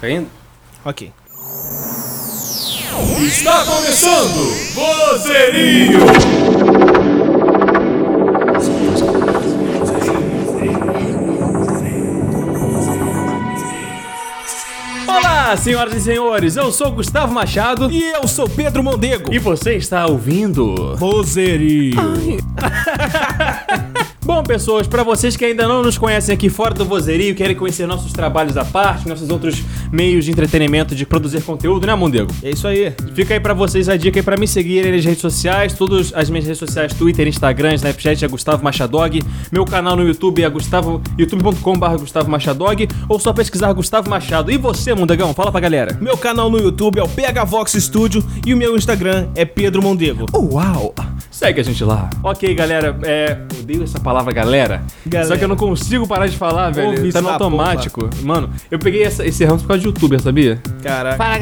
Tá indo? Ok. Está começando Vozerio! Olá, senhoras e senhores, eu sou Gustavo Machado E eu sou Pedro Mondego. e você está ouvindo. Vozerio. Bom, pessoas, para vocês que ainda não nos conhecem aqui fora do vozerio, querem conhecer nossos trabalhos à parte, nossos outros meios de entretenimento, de produzir conteúdo, né, Mondego? É isso aí. Fica aí pra vocês a dica aí pra me seguirem nas redes sociais, todas as minhas redes sociais, Twitter, Instagram, Snapchat é Gustavo Machadog, meu canal no YouTube é gustavo, youtube.com.br Gustavo Machadog, ou só pesquisar Gustavo Machado. E você, Mondegão, fala pra galera. Meu canal no YouTube é o PH Vox Studio e o meu Instagram é Pedro Mondego. Uau! Segue a gente lá. Ok, galera, é... Odeio essa palavra galera, Galera. só que eu não consigo parar de falar, velho. Ouve tá no essa automático. Mano, eu peguei essa- esse ramo por causa de youtuber, sabia? Caraca.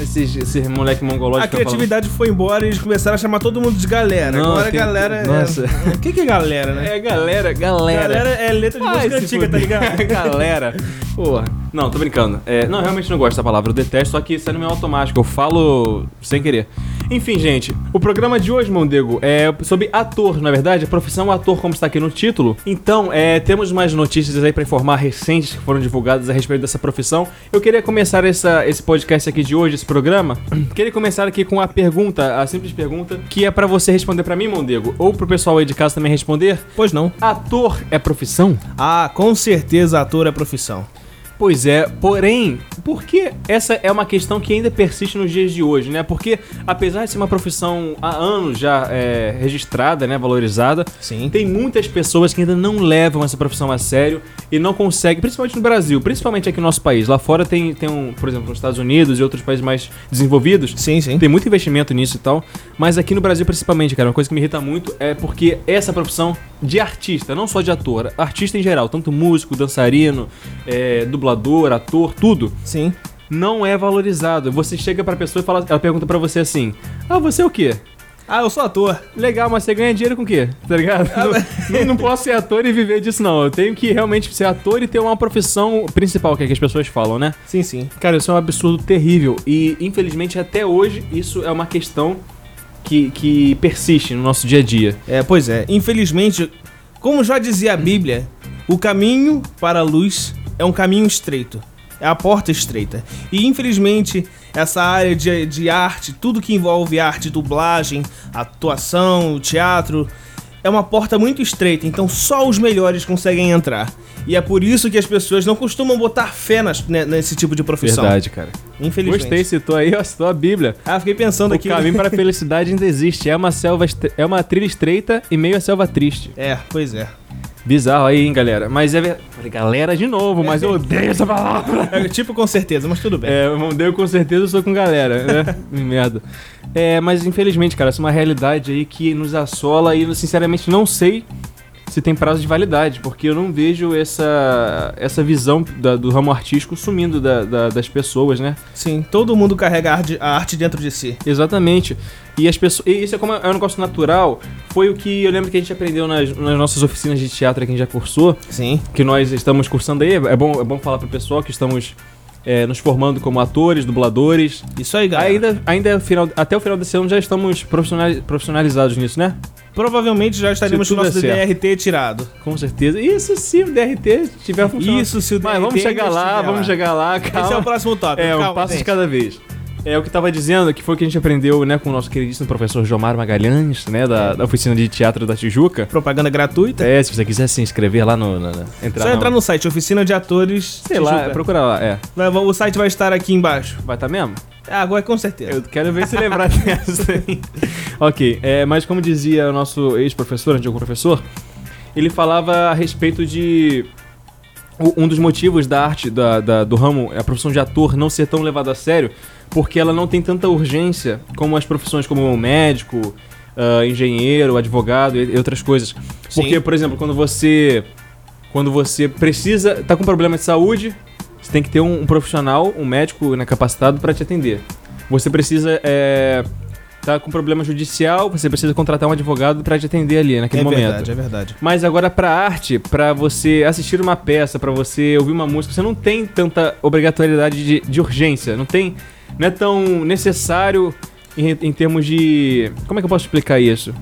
Esses, esses moleque mongológico. A que eu falo. criatividade foi embora e eles começaram a chamar todo mundo de galera. Não, Agora tem- a galera é- Nossa. O que, que é galera, né? É, galera, galera. Galera é letra de Ai, música se antiga, tá fuder. ligado? Galera. Porra. Não, tô brincando. É, não, eu realmente não gosto dessa palavra. Eu detesto, só que isso é no meu automático. Eu falo sem querer. Enfim, gente, o programa de hoje, Mondego, é sobre ator, na verdade, a profissão ator, como está aqui no título. Então, é, temos mais notícias aí pra informar recentes que foram divulgadas a respeito dessa profissão. Eu queria começar essa, esse podcast aqui de hoje, esse programa. Queria começar aqui com a pergunta, a simples pergunta, que é pra você responder pra mim, Mondego, ou pro pessoal aí de casa também responder. Pois não. Ator é profissão? Ah, com certeza ator é profissão. Pois é, porém, por que essa é uma questão que ainda persiste nos dias de hoje, né? Porque, apesar de ser uma profissão há anos já é, registrada, né, valorizada, Sim. tem muitas pessoas que ainda não levam essa profissão a sério e não conseguem, principalmente no Brasil, principalmente aqui no nosso país. Lá fora tem, tem um, por exemplo, nos Estados Unidos e outros países mais desenvolvidos, Sim, sim. tem muito investimento nisso e tal, mas aqui no Brasil principalmente, cara, uma coisa que me irrita muito é porque essa profissão de artista, não só de ator, artista em geral, tanto músico, dançarino, é, dublador, ator, tudo, Sim. não é valorizado. Você chega pra pessoa e fala, ela pergunta pra você assim: "Ah, você é o quê?" Ah, eu sou ator. Legal, mas você ganha dinheiro com o quê? Tá ligado? não, não- não posso ser ator e viver disso, não. Eu tenho que realmente ser ator e ter uma profissão principal, que é que as pessoas falam, né? Sim, sim. Cara, isso é um absurdo terrível. E, infelizmente, até hoje, isso é uma questão que, que persiste no nosso dia a dia. É, pois é. Infelizmente, como já dizia a Bíblia, o caminho para a luz é um caminho estreito. É a porta estreita. E infelizmente, essa área de, de arte, tudo que envolve arte, dublagem, atuação, teatro, é uma porta muito estreita, então só os melhores conseguem entrar. E é por isso que as pessoas não costumam botar fé nas- né, nesse tipo de profissão. cara. Infelizmente. Gostei, citou aí, ó, citou a Bíblia. né? Ah, fiquei pensando O aqui. caminho para a felicidade ainda existe. É uma, selva estre- é uma trilha estreita e meio a selva triste. É, pois é. Bizarro aí, hein, galera. Mas é verdade. Falei, galera de novo, mas eu odeio essa palavra. É tipo com certeza, mas tudo bem. É, o Mondeu com certeza eu sou com galera, né? Me merda. É, mas infelizmente, cara, essa é uma realidade aí que nos assola e eu sinceramente não sei se tem prazo de validade, porque eu não vejo essa, essa visão da- do ramo artístico sumindo da- da- das pessoas, né? Sim, todo mundo carrega a arte- a arte dentro de si. Exatamente. E as pessoas. E isso é como é um negócio natural. Foi o que eu lembro que a gente aprendeu nas, nas nossas oficinas de teatro que a gente já cursou Sim. que nós estamos cursando aí. É bom, é bom falar pro pessoal que estamos é, nos formando como atores, dubladores. Isso aí, galera. Ainda, ainda é o final, até o final desse ano já estamos profissionali- profissionalizados nisso, né? Provavelmente já estaremos Se com o tudo nosso der certo. DRT tirado. Com certeza. Isso se o DRT tiver funcionando. Isso se o Mas DRT vamos chegar lá, estiver vamos lá. chegar lá, calma. Esse é o próximo tópico. É, um Calma, passo de gente. cada vez. É o que eu tava dizendo, que foi o que a gente aprendeu, né, com o nosso queridíssimo professor Jomar Magalhães, né, da, da oficina de teatro da Tijuca. Propaganda gratuita. É, se você quiser se inscrever lá no... no- no- entrar Só na- entrar no site, oficina de atores. Sei lá, Tijuca. procura lá, é. Vai- O site vai estar aqui embaixo. Vai tá mesmo? Ah, agora com certeza. Eu quero ver se lembrar dessa. hein? ok, é, mas como dizia o nosso ex-professor, antigo professor, ele falava a respeito de. o- Um dos motivos da arte, da, da- do ramo, a profissão de ator não ser tão levada a sério, porque ela não tem tanta urgência como as profissões como médico, ah, engenheiro, advogado e, e outras coisas. Sim. Porque, por exemplo, quando você. Quando você precisa. tá com problema de saúde, você tem que ter um, um profissional, um médico né, capacitado para te atender. Você precisa é, tá com problema judicial, você precisa contratar um advogado pra te atender ali naquele é momento. verdade, é verdade. Mas agora pra arte, pra você assistir uma peça, pra você ouvir uma música, você não tem tanta obrigatoriedade de, de urgência, não tem, não é tão necessário em, em termos de, como é que eu posso explicar isso?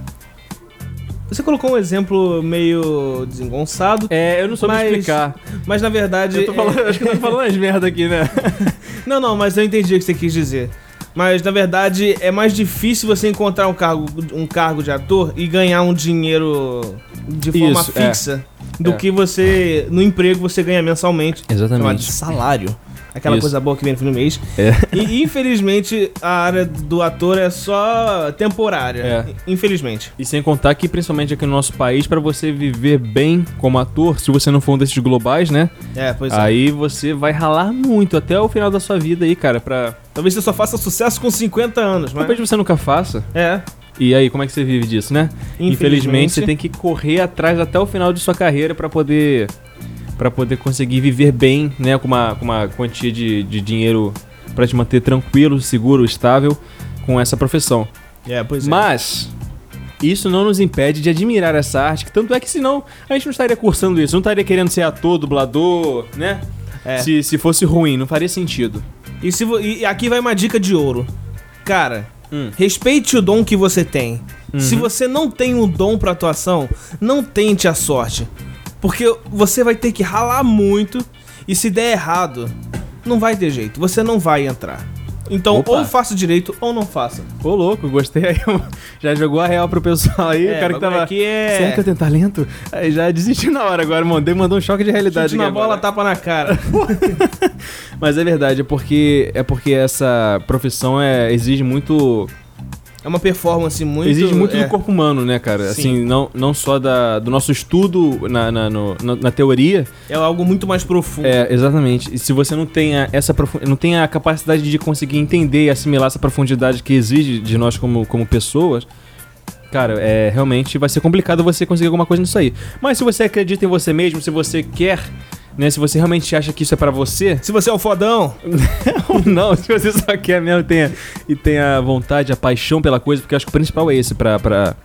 Você colocou um exemplo meio desengonçado, É, eu não soube Mas- explicar. mas na verdade. Eu tô falando, acho que eu tô falando as merda aqui, né? Não, não, mas eu entendi o que você quis dizer. Mas na verdade é mais difícil você encontrar um cargo, um cargo de ator e ganhar um dinheiro de forma Isso, é. fixa do É. que você no emprego você ganha mensalmente, chamado de salário. Aquela Isso. coisa boa que vem no fim do mês. É. E infelizmente a área do ator é só temporária. É. Infelizmente. E sem contar que, principalmente aqui no nosso país, pra você viver bem como ator, se você não for um desses globais, né? É, pois é. aí você vai ralar muito até o final da sua vida aí, cara, pra... Talvez você só faça sucesso com 50 anos, mas. Talvez você nunca faça. É. E aí, como é que você vive disso, né? Infelizmente, você tem que correr atrás até o final de sua carreira pra poder para poder conseguir viver bem, né, com uma, com uma quantia de, de dinheiro pra te manter tranquilo, seguro, estável com essa profissão. É, pois é. Mas isso não nos impede de admirar essa arte, que tanto é que senão a gente não estaria cursando isso, não estaria querendo ser ator, dublador, né? É. Se, se fosse ruim, não faria sentido. E, se vo- e aqui vai uma dica de ouro. Cara, Hum. Uhum. respeite o dom que você tem. Se você não tem o dom pra atuação, não tente a sorte. Porque você vai ter que ralar muito e se der errado, não vai ter jeito. Você não vai entrar. Então, Opa. ou faça direito ou não faça. Ô, louco, gostei aí. Já jogou a real pro pessoal aí, o cara que É, bagulho tava. Aqui é... Será que eu tenho talento? Aí já desisti na hora agora, mandei, mandou um choque de realidade. Chute na aqui bola, agora. tapa na cara. Mas é verdade, é porque, é porque essa profissão é, exige muito É uma performance muito... Exige muito é. do corpo humano, né, cara? Sim. Assim, não, não só da, do nosso estudo na, na, no- na, na teoria. É algo muito mais profundo. É, exatamente. E se você não tem, a, essa profu- não tem a capacidade de conseguir entender e assimilar essa profundidade que exige de nós como, como pessoas, cara, é, realmente vai ser complicado você conseguir alguma coisa nisso aí. Mas se você acredita em você mesmo, se você quer, né, se você realmente acha que isso é pra você, Se você é o fodão, ou não, se você só quer mesmo tenha, e tem a vontade, a paixão pela coisa, porque eu acho que o principal é esse pra, pra,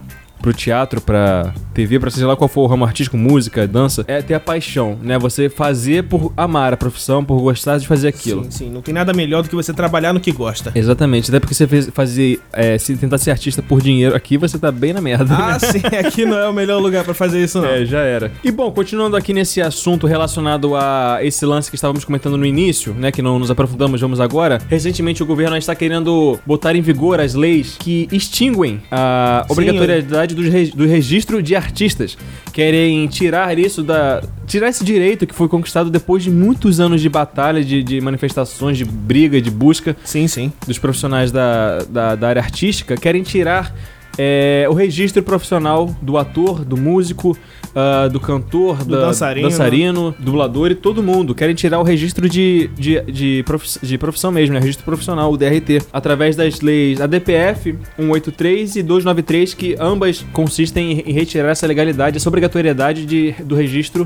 pro teatro, pra TV, pra seja lá qual for o ramo artístico, música, dança, é ter a paixão, né? Você fazer por amar a profissão, por gostar de fazer aquilo. Sim, sim. Não tem nada melhor do que você trabalhar no que gosta. Exatamente, até porque você fez- fazer, é, se tentar ser artista por dinheiro aqui, você tá bem na merda. né? Ah, sim, aqui não é o melhor lugar pra fazer isso, não. É, já era. E bom, continuando aqui nesse assunto relacionado a esse lance que estávamos comentando no início, né, que não nos aprofundamos, vamos agora. Recentemente o governo está querendo botar em vigor as leis que extinguem a Sim, obrigatoriedade dos re- do registro de artistas. Querem tirar isso da tirar esse direito que foi conquistado depois de muitos anos de batalha, de, de manifestações, de briga, de busca Sim, sim. dos profissionais da, da, da área artística querem tirar é, o registro profissional do ator, do músico, ah, do cantor, Do da- dançarino. dançarino, dublador e todo mundo. Querem tirar o registro de, de, de, profi- de profissão mesmo, né? Registro profissional, o DRT, através das leis ADPF 183 e 293, que ambas consistem em- em retirar essa legalidade, essa obrigatoriedade de, do registro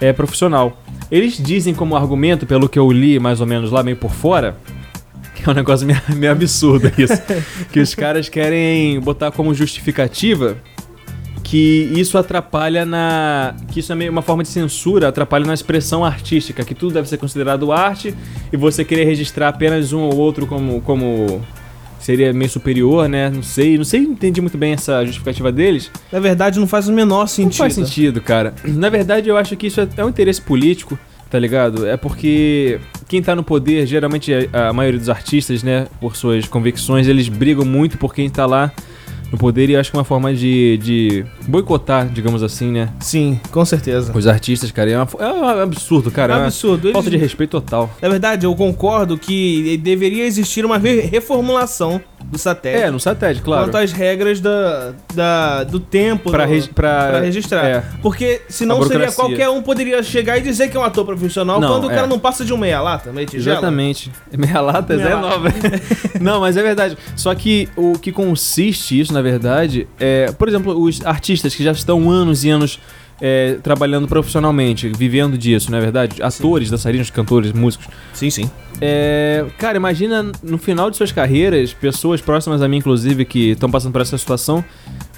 é, profissional. Eles dizem como argumento, pelo que eu li mais ou menos lá meio por fora, que é um negócio meio, meio absurdo isso, que os caras querem botar como justificativa que isso atrapalha na. que isso é meio uma forma de censura, atrapalha na expressão artística, que tudo deve ser considerado arte e você querer registrar apenas um ou outro como. como seria meio superior, né? Não sei, não sei, entendi muito bem essa justificativa deles. Na verdade, não faz o menor sentido. Não faz sentido, cara. Na verdade, eu acho que isso é, é um interesse político, tá ligado? É porque quem tá no poder, geralmente a, a maioria dos artistas, né, por suas convicções, eles brigam muito por quem tá lá no poder e eu acho que é uma forma de, de boicotar, digamos assim, né, Sim, com certeza. os artistas, cara. É, uma fo- é um absurdo, cara. É É um uma absurdo. Eles- falta de respeito total. Na verdade, eu concordo que deveria existir uma re- reformulação do satélite. É, no satélite, Quanto claro. às regras da, da- do tempo Pra, do- regi- pra- pra registrar. É. Porque A senão seria burocracia. qualquer um poderia chegar e dizer que é um ator profissional Não, quando o é. cara não passa de um meia lata, meia tigela. Exatamente. Meia lata é Meia zero lata. nova. Não, mas é verdade. Só que o que consiste isso, na verdade, é. Por exemplo, os artistas que já estão anos e anos é, trabalhando profissionalmente, vivendo disso, não é verdade? Atores, dançarinos, cantores, músicos. Sim, sim. É, cara, imagina no final de suas carreiras, pessoas próximas a mim, inclusive, que estão passando por essa situação,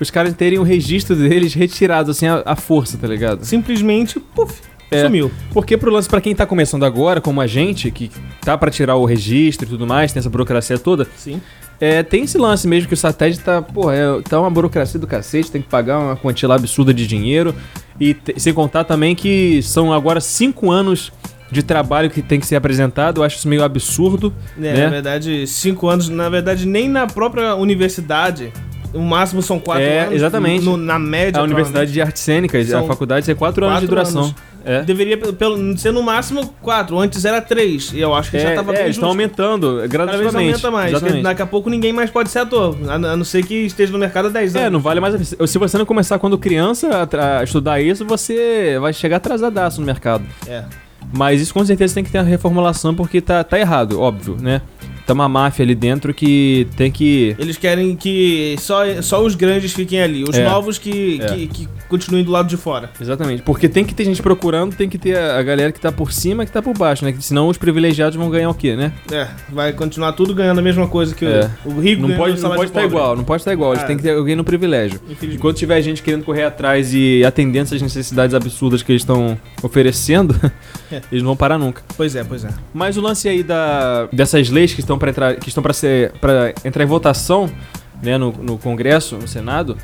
os caras terem o registro deles retirado, assim, à à força, tá ligado? Simplesmente, puf, É. sumiu. Porque pro lance, pra quem tá começando agora, como a gente, que tá pra tirar o registro e tudo mais, tem essa burocracia toda, Sim. é, tem esse lance mesmo que o satélite tá, porra, é, tá uma burocracia do cacete, tem que pagar uma quantia lá absurda de dinheiro. E te- sem contar também que são agora cinco anos de trabalho que tem que ser apresentado, eu acho isso meio absurdo. É, né? Na verdade, cinco anos, na verdade, nem na própria universidade. O máximo são quatro É, anos. exatamente. no- na média. A Universidade de Artes Cênicas, a São faculdade, é quatro anos de quatro duração. anos. É. Deveria pelo, ser no máximo quatro. Antes era três. E eu acho que É, já tava é, bem eles estão justo. aumentando Cada vez gradativamente. aumenta mais. né? Exatamente. Daqui a pouco ninguém mais pode ser ator. A, a não ser que esteja no mercado há 10 anos. É, não vale mais. a pena. Se você não começar quando criança a tra- a estudar isso, você vai chegar atrasadaço no mercado. É. Mas isso com certeza tem que ter uma reformulação porque tá, tá errado, óbvio, né? Tá uma máfia ali dentro que tem que. Eles querem que só, só os grandes fiquem ali. Os É. novos que, É. que, que continuem do lado de fora. Exatamente. Porque tem que ter gente procurando, tem que ter a a galera que tá por cima e que tá por baixo, né? Que Senão os privilegiados vão ganhar o quê, né? É, vai continuar tudo ganhando a mesma coisa que o- É. o, rico Não pode ganhando no estar não salário pode de tá pobre. igual, não pode estar igual. Eles Ah. têm que ter alguém no privilégio. Infelizmente. Enquanto tiver gente querendo correr atrás e atendendo essas necessidades absurdas que eles estão oferecendo, eles não vão parar nunca. Pois é, pois é. Mas o lance aí da, dessas leis que estão para entrar, que estão para ser para entrar em votação, né, no, no Congresso, no Senado,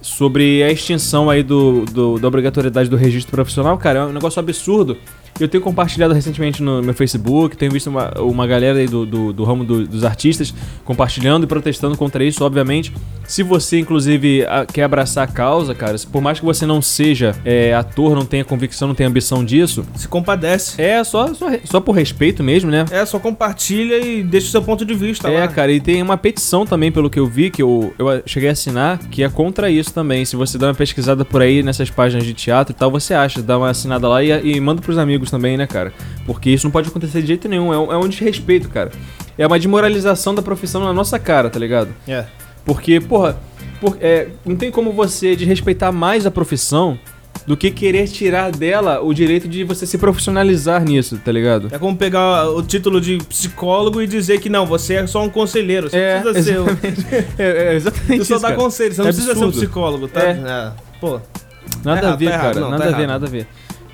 sobre a extinção aí do, do- da obrigatoriedade do registro profissional, cara, é um negócio absurdo. Eu tenho compartilhado recentemente no meu Facebook, tenho visto uma, uma galera aí do, do, do ramo do- dos artistas compartilhando e protestando contra isso, obviamente. Se você, inclusive, a- quer abraçar a causa, cara, se- por mais que você não seja é, ator, não tenha convicção, não tenha ambição disso, Se compadece. é, só, só, re- só por respeito mesmo, né? É, só compartilha e deixa o seu ponto de vista é, Tá lá. cara, e tem uma petição também, pelo que eu vi, que eu, eu cheguei a assinar, que é contra isso também. Se você dá uma pesquisada por aí nessas páginas de teatro e tal, você acha, dá uma assinada lá e, e manda pros amigos também, né, cara? Porque isso não pode acontecer de jeito nenhum, é um, é um desrespeito, cara. É uma desmoralização da profissão na nossa cara, tá ligado? É. Porque, porra, por- é, não tem como você desrespeitar mais a profissão do que querer tirar dela o direito de você se profissionalizar nisso, tá ligado? É como pegar o título de psicólogo e dizer que não, você é só um conselheiro. Você É, não precisa ser. um- É, é exatamente Você só isso, dá cara. conselho, você não É precisa ser um absurdo. psicólogo, tá? É. Pô, Nada Tá a ver, errado, tá cara. errado, não, nada a tá ver, errado. nada a ver.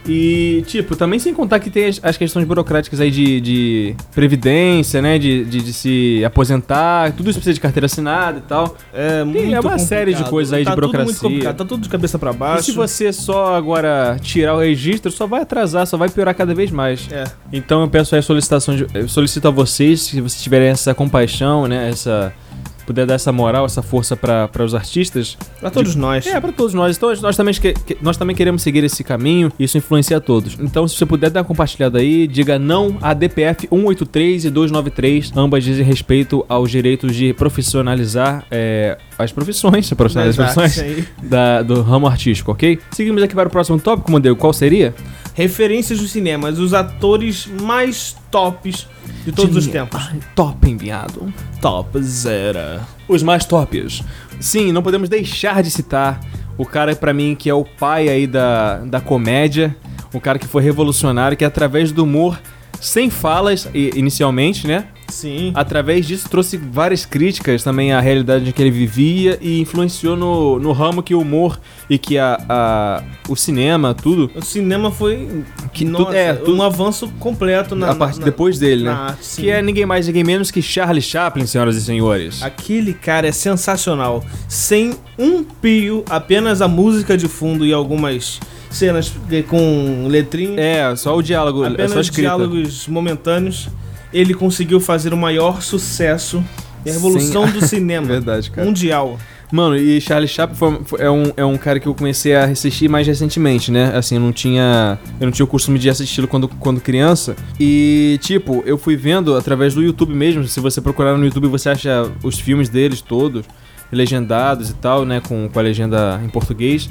E, tipo, também sem contar que tem as, as questões burocráticas aí de, de previdência, né? De, de, de se aposentar, tudo isso precisa de carteira assinada e tal. é muito uma complicado. série de coisas aí de tá Tudo muito burocracia. complicado, tá tudo de cabeça pra E se baixo. você só agora tirar o registro, só vai atrasar, só vai piorar cada vez mais. É. Então eu peço aí a solicitação de, eu solicito a vocês, se vocês tiverem essa compaixão, né? Essa. Puder dar essa moral, essa força para os artistas, Pra todos nós. É, pra todos nós. Então, nós também, que- que- nós também queremos seguir esse caminho e isso influencia a todos. Então, se você puder dar uma compartilhada aí, diga não a DPF 183 e 293. Ambas dizem respeito aos direitos de profissionalizar é, as profissões, profissionalizar as Exato, isso profissões aí. da- do ramo artístico, ok? Seguimos aqui para o próximo tópico, Mandeu. Qual seria? Referências dos cinemas, os atores mais tops de todos os Dinheiro. tempos. Ai, top, enviado. Top zero. Os mais tops. Sim, não podemos deixar de citar o cara, pra mim, que é o pai aí da, da comédia, o cara que foi revolucionário, que através do humor, sem falas i- inicialmente, né? Sim. Através disso trouxe várias críticas também à realidade em que ele vivia e influenciou no, no ramo que o humor e que a, a- o cinema, tudo, O cinema foi Que nossa, tudo- é, tudo- um avanço completo na, a parte na- depois dele, né? na arte, sim. Que é ninguém mais, ninguém menos que Charlie Chaplin, senhoras e senhores. Aquele cara é sensacional. Sem um pio, apenas a música de fundo e algumas cenas de- com letrinha, É, só o diálogo, é só apenas escrita. diálogos momentâneos, ele conseguiu fazer o maior sucesso da revolução do cinema É Verdade, cara. mundial. Mano, e Charlie Chaplin foi- foi- é, um, é um cara que eu comecei a assistir mais recentemente, né? Assim, eu não tinha. Eu não tinha o costume de assisti-lo quando, quando criança. E, tipo, eu fui vendo através do YouTube mesmo. Se você procurar no YouTube, você acha os filmes deles todos, legendados e tal, né? Com, com a legenda em português.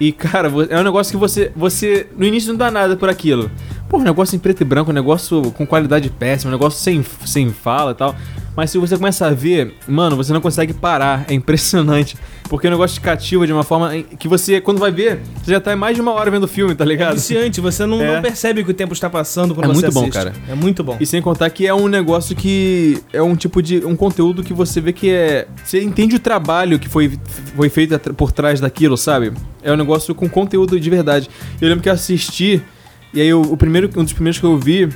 E, cara, vo- é um negócio que você. Você. No início não dá nada por aquilo. Pô, um negócio em preto e branco, um negócio com qualidade péssima, um negócio sem, sem fala e tal. Mas se você começa a ver, mano, você não consegue parar. É impressionante. Porque o negócio te cativa de uma forma em- que você, quando vai ver, você já tá em mais de uma hora vendo o filme, tá ligado? É Viciante, você não, É. não percebe que o tempo está passando quando É você muito bom, assiste. cara. É muito bom. E sem contar que é um negócio que é um tipo de um conteúdo que você vê que é você entende o trabalho que foi, foi feito atr- por trás daquilo, sabe? É um negócio com conteúdo de verdade. Eu lembro que eu assisti e aí eu- o primeiro um dos primeiros que eu vi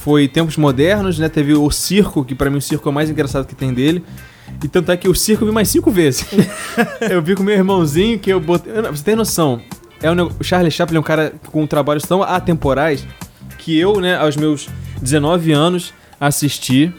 foi Tempos Modernos, né? Teve o circo, que pra mim o circo é o mais engraçado que tem dele. E tanto é que o circo eu vi mais cinco vezes. eu vi com meu irmãozinho que eu botei. eu não- Você tem noção? É um, nego- o Charlie Chaplin é um cara com trabalhos tão atemporais que eu, né, aos meus 19 anos, assisti.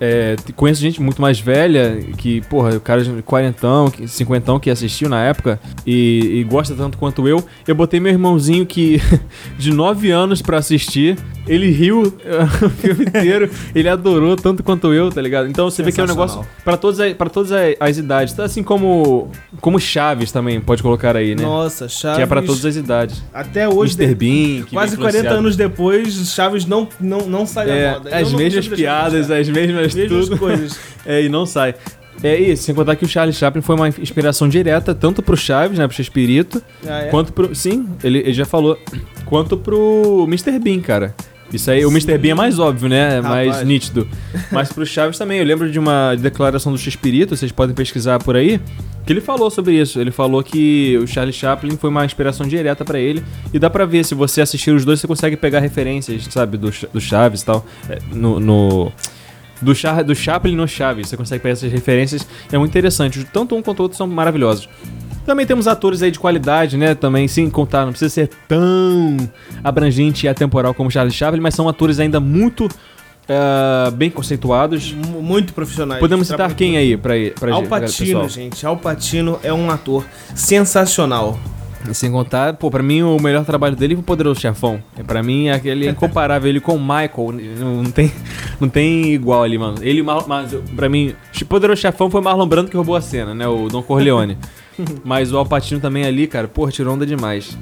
É, t- conheço gente muito mais velha, que, porra, o cara de quarentão, que- cinquentão que assistiu na época e, e gosta tanto quanto eu. Eu botei meu irmãozinho que de 9 anos pra assistir. Ele riu eh, o filme inteiro, ele adorou tanto quanto eu, tá ligado? Então você vê que é um negócio pra todas, a- pra todas a- as idades. Tá Assim como, como Chaves também pode colocar aí, né? Nossa, Chaves. Que é pra todas as idades. Até hoje, Mr. Bean, que quase vem 40 influenciado. anos depois, Chaves não, não, não sai É, da moda. Eu as não mesmas consigo deixar de assim. piadas, gostar. as mesmas, as mesmas tudo. coisas. É, e não sai. É isso, sem contar que o Charles Chaplin foi uma inspiração direta, tanto pro Chaves, né, pro Chespirito, Ah, é? quanto pro... Sim, ele, ele já falou. Quanto pro Mr. Bean, cara. Isso aí, o Mr. Bean é mais óbvio, né? É Mais Rapaz. nítido. Mas pro Chaves também, eu lembro de uma declaração do Chespirito, vocês podem pesquisar por aí, que ele falou sobre isso. Ele falou que o Charles Chaplin foi uma inspiração direta pra ele. E dá pra ver, se você assistir os dois, você consegue pegar referências, sabe, do, Ch- do Chaves e tal. É, No. no- do, Char, do Chaplin no Chaves, você consegue pegar essas referências. É muito interessante. Tanto um quanto o outro são maravilhosos. Também temos atores aí de qualidade, né? Também, sem contar, não precisa ser tão abrangente e atemporal como Charles Chaplin, mas são atores ainda muito ah, bem conceituados. M- Muito profissionais. Podemos Trabalho- citar quem aí pra, pra Al gente, pra Pacino, gente. Al Pacino é um ator sensacional. E sem contar, pô, pra mim o melhor trabalho dele foi o Poderoso Chefão. É, Pra mim, é aquele é incomparável. ele com o Michael, não não tem, não tem igual ali, mano. Ele, e o Marlon- mas eu- pra mim, o Poderoso Chefão foi o Marlon Brando que roubou a cena, né? O Don Corleone. mas o Alpatino também ali, cara, porra, tirou onda demais.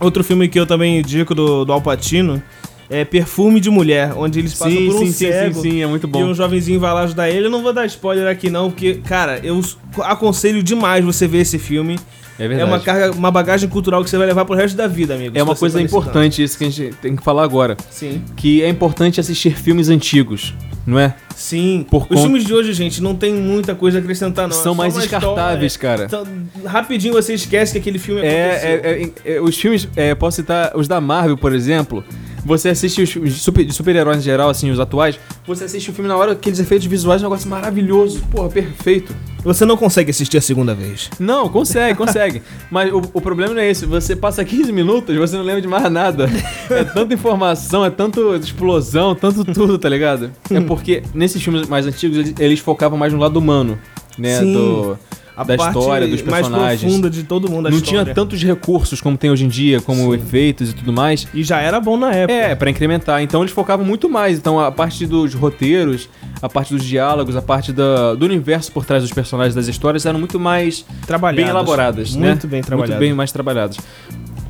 Outro filme que eu também indico do, do Al Pacino é Perfume de Mulher, onde eles passam por um cego. sim, sim, é muito E bom. um jovenzinho vai lá ajudar ele. Eu não vou dar spoiler aqui, não, porque, cara, eu s- aconselho demais você ver esse filme. É verdade. É uma carga, uma bagagem cultural que você vai levar pro resto da vida, amigo. É se uma você coisa for nesse importante isso que a gente tem que falar agora. caso. Sim. Que é importante assistir filmes antigos, não é? Sim. Por Os conta- filmes de hoje, gente, não tem muita coisa a acrescentar, não. É São só mais uma descartáveis, cara. história. Então, rapidinho você esquece que aquele filme É, aconteceu. é, é, é, os filmes, é, posso citar os da Marvel, por exemplo. Você assiste os filmes de super- de super-heróis em geral, assim, os atuais. Você assiste o filme na hora, aqueles efeitos visuais, um negócio maravilhoso. Porra, perfeito. é. Você não consegue assistir a segunda vez. Não, consegue, consegue. Mas o, o problema não é esse. Você passa 15 minutos, você não lembra de mais nada. É tanta informação, é tanto explosão, tanto tudo, tá ligado? É porque nesses filmes mais antigos eles, eles focavam mais no lado humano, né? Sim. do- A da parte história, dos mais personagens. profunda de todo mundo da Não história. tinha tantos recursos como tem hoje em dia, como efeitos e tudo mais. E já era bom na época. É, pra incrementar. Então eles focavam muito mais. Então a parte dos roteiros, a parte dos diálogos, a parte da- do universo por trás dos personagens das histórias eram muito mais Trabalhadas. bem elaboradas, Muito né? bem trabalhadas. Muito bem mais trabalhadas.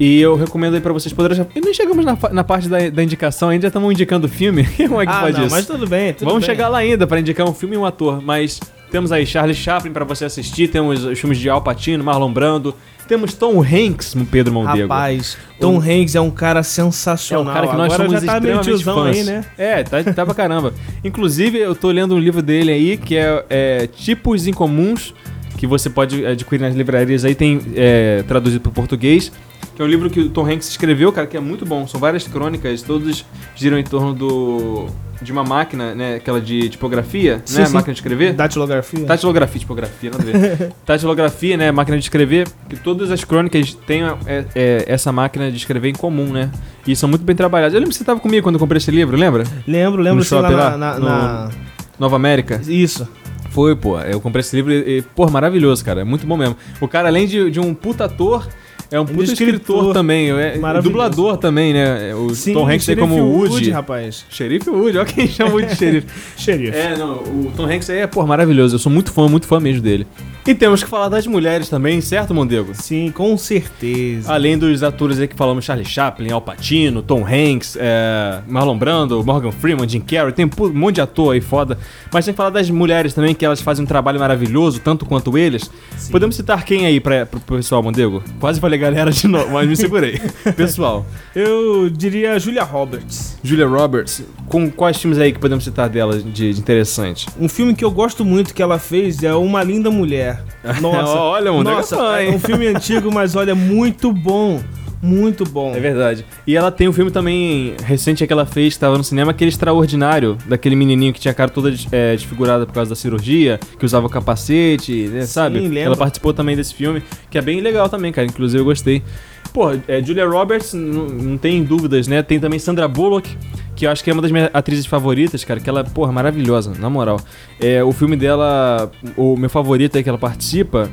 E eu recomendo aí pra vocês poderem... E nem chegamos na, fa- na parte da, da indicação ainda, estamos indicando o filme. Como é que ah, pode não, isso? mas tudo bem, tudo Vamos bem. chegar lá ainda pra indicar um filme e um ator, mas temos aí Charlie Chaplin pra você assistir, temos os filmes de Al Pacino, Marlon Brando, temos Tom Hanks no Pedro Mondego. Rapaz, Tom Hanks é um É cara um sensacional. cara que nós Agora somos já tá meio extremamente tiozão fãs. aí, né? É, tá, tá pra caramba. Inclusive, eu tô lendo um livro dele aí, que é, é Tipos Incomuns, que você pode adquirir nas livrarias aí, tem é, traduzido pro português. Que é um livro que o Tom Hanks escreveu, cara, que é muito bom. São várias crônicas, todos giram em torno do de uma máquina, né? Aquela de tipografia, Sim, né? sim. Máquina de escrever. Datilografia. Tatilografia, Tá tipografia, nada a ver. Tatilografia, né? Máquina de escrever. Que todas as crônicas têm é, é, essa máquina de escrever em comum, né? E são muito bem trabalhadas. Eu lembro que você tava comigo quando eu comprei esse livro, lembra? Lembro, lembro, No sei lá, shopping na, lá? na- No- na- Nova América. Isso. Foi, pô. Eu comprei esse livro e, e pô, maravilhoso, cara. É muito bom mesmo. O cara, além de, de um puta ator, É um Ele é puta escritor, escritor também, é maravilhoso. dublador também, né? O Sim, Tom Hanks tem Sheriff como Woody. rapaz. Xerife Woody, olha quem chama Woody de xerife. Xerife. É, não, o Tom Hanks aí é, pô, maravilhoso. Eu sou muito fã, muito fã mesmo dele. E temos que falar das mulheres também, certo, Mondego? Sim, com certeza. Além dos atores aí que falamos, Charlie Chaplin, Al Pacino, Tom Hanks, é, Marlon Brando, Morgan Freeman, Jim Carrey, tem um monte de ator aí foda. Mas tem que falar das mulheres também, que elas fazem um trabalho maravilhoso, tanto quanto eles. Podemos citar quem aí pra, pro pessoal, Mondego? Quase falei galera de novo, mas me segurei. pessoal, Eu diria Julia Roberts. Julia Roberts, com quais filmes aí que podemos citar dela de, de interessante? Um filme que eu gosto muito que ela fez é Uma Linda Mulher. Nossa. Olha, mano, Nossa, é fã, é hein? um filme antigo, mas olha, muito bom. Muito bom. É verdade. E ela tem um filme também recente que ela fez, que tava no cinema, aquele extraordinário, daquele menininho que tinha a cara toda é, desfigurada por causa da cirurgia, que usava o capacete, né, Sim, sabe? lembro. Ela participou também desse filme, que é bem legal também, cara. Inclusive eu gostei. Pô, é, Julia Roberts, n- não tem dúvidas, né? Tem também Sandra Bullock, que eu acho que é uma das minhas atrizes favoritas, cara, que ela, é, porra, maravilhosa, na moral. É, o filme dela, o meu favorito aí que ela participa,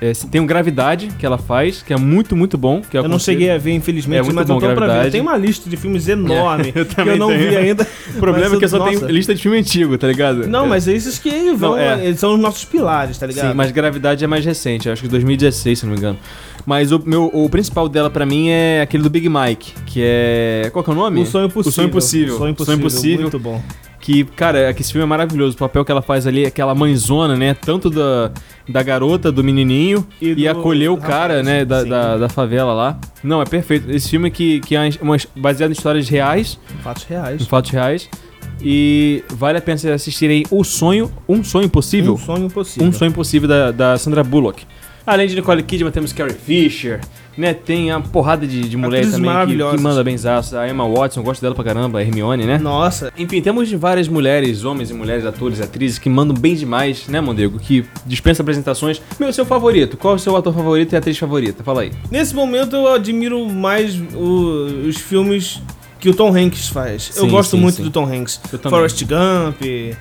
é, tem o Gravidade, que ela faz, que é muito, muito bom. Que Eu não aconselho. cheguei a ver, infelizmente, É muito mas bom, eu tô pra ver. Gravidade. Eu tenho uma lista de filmes enorme eu que também eu não vi tenho. ainda. O problema Mas é que eu só nossa. tenho lista de filme antigo, tá ligado? Não, mas esses que vão, Não, é. eles são os nossos pilares, tá ligado? Sim, mas Gravidade é mais recente, acho que 2016, se não me engano. Mas o, meu, o principal dela pra mim é aquele do Big Mike, que é. Qual que é o nome? O Um sonho possível. O Sonho Impossível. O Sonho Sonho Impossível. Muito bom. Que, cara, é que esse filme é maravilhoso. O papel que ela faz ali, aquela mãezona, né? Tanto da, da garota, do menininho, E e, do acolheu o cara, rapaz, né? Da, sim. da, da favela lá. Não, é perfeito. Esse filme que, que é uma- baseado em histórias reais, Fatos em reais. fatos reais. E vale a pena vocês assistirem O Sonho, Um Sonho Possível. Um sonho impossível. Um Sonho Impossível da, da Sandra Bullock. Além de Nicole Kidman, temos Carrie Fisher, né? Tem a porrada de, de mulher Atrizes também que- que, maravilhosas. manda benzaço. A Emma Watson, eu gosto dela pra caramba, a Hermione, né? Nossa. Enfim, temos de várias mulheres, homens e mulheres, atores, atrizes que mandam bem demais, né, Mondego? Que dispensa apresentações. Meu, seu favorito? Qual é o seu ator favorito e atriz favorita? Fala aí. Nesse momento eu admiro mais o- os filmes que o Tom Hanks faz. eu Sim, gosto sim, muito sim. do Tom Hanks. Eu também. Forrest Gump.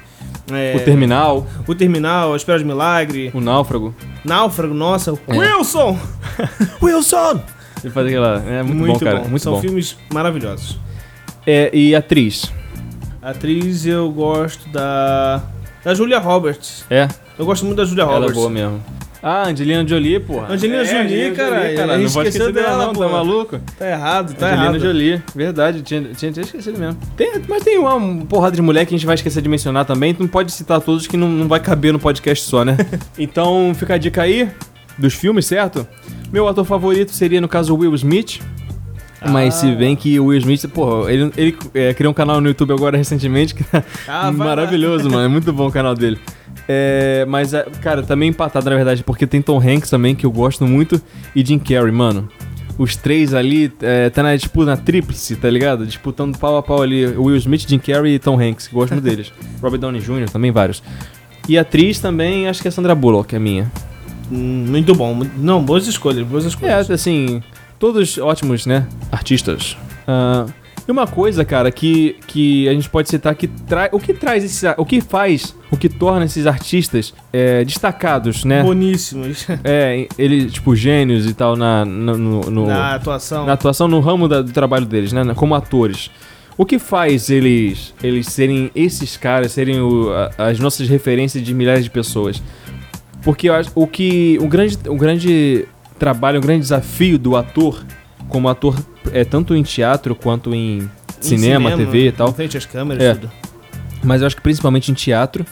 é, O Terminal, O Terminal, A Espera de Milagre, o Náufrago. Náufrago, nossa, o É. Wilson! Wilson! Ele faz aquela. É muito, bom, cara. Muito São bom. filmes maravilhosos. É, e atriz? Atriz eu gosto da. Da Julia Roberts. É? Eu gosto muito da Julia Ela é Roberts. boa mesmo. Ah, Angelina Jolie, porra. Angelina Jolie, caralho. A gente Não pode esqueceu esquecer dela, dela, não, tá porra. maluco? Tá errado, tá Angelina errado. Jolie, verdade, tinha, tinha, tinha esquecido mesmo. Tem- mas tem uma porrada de mulher que a gente vai esquecer de mencionar também, não pode citar todos que não, não vai caber no podcast só, né? então fica a dica aí dos filmes, certo? Meu ator favorito seria, no caso, o Will Smith. Ah. Mas se bem que o Will Smith, pô, ele, ele é, criou um canal no YouTube agora recentemente que tá Ah, vai lá. maravilhoso, mano. É muito bom o canal dele. É, mas, é, cara, também empatado, na verdade, porque tem Tom Hanks também, que eu gosto muito, e Jim Carrey, mano. Os três ali, é, tá na disputa, na tríplice, tá ligado? Disputando pau a pau ali. Will Smith, Jim Carrey e Tom Hanks, que eu gosto muito deles. Robert Downey Jr. também, vários. E atriz também, acho que é Sandra Bullock, é minha. Hum, Muito bom. muito- Não, boas escolhas, boas É, escolhas. assim, todos ótimos, né? Artistas. Ah, e uma coisa, cara, que, que a gente pode citar que traz. O que traz esses. a- O que faz, o que torna esses artistas é, destacados, né? Boníssimos. É, ele, tipo, gênios e tal na, na- no, no- Na atuação. na atuação, no ramo da- do trabalho deles, né? na- Como atores. O que faz eles, eles serem esses caras, serem o- a- as nossas referências de milhares de pessoas? Porque eu acho, o que. O grande, o grande trabalho, o grande desafio do ator, como ator, é tanto em teatro quanto em, Em cinema, TV e tal. Em frente às câmeras, É. tudo. Mas eu acho que principalmente em teatro.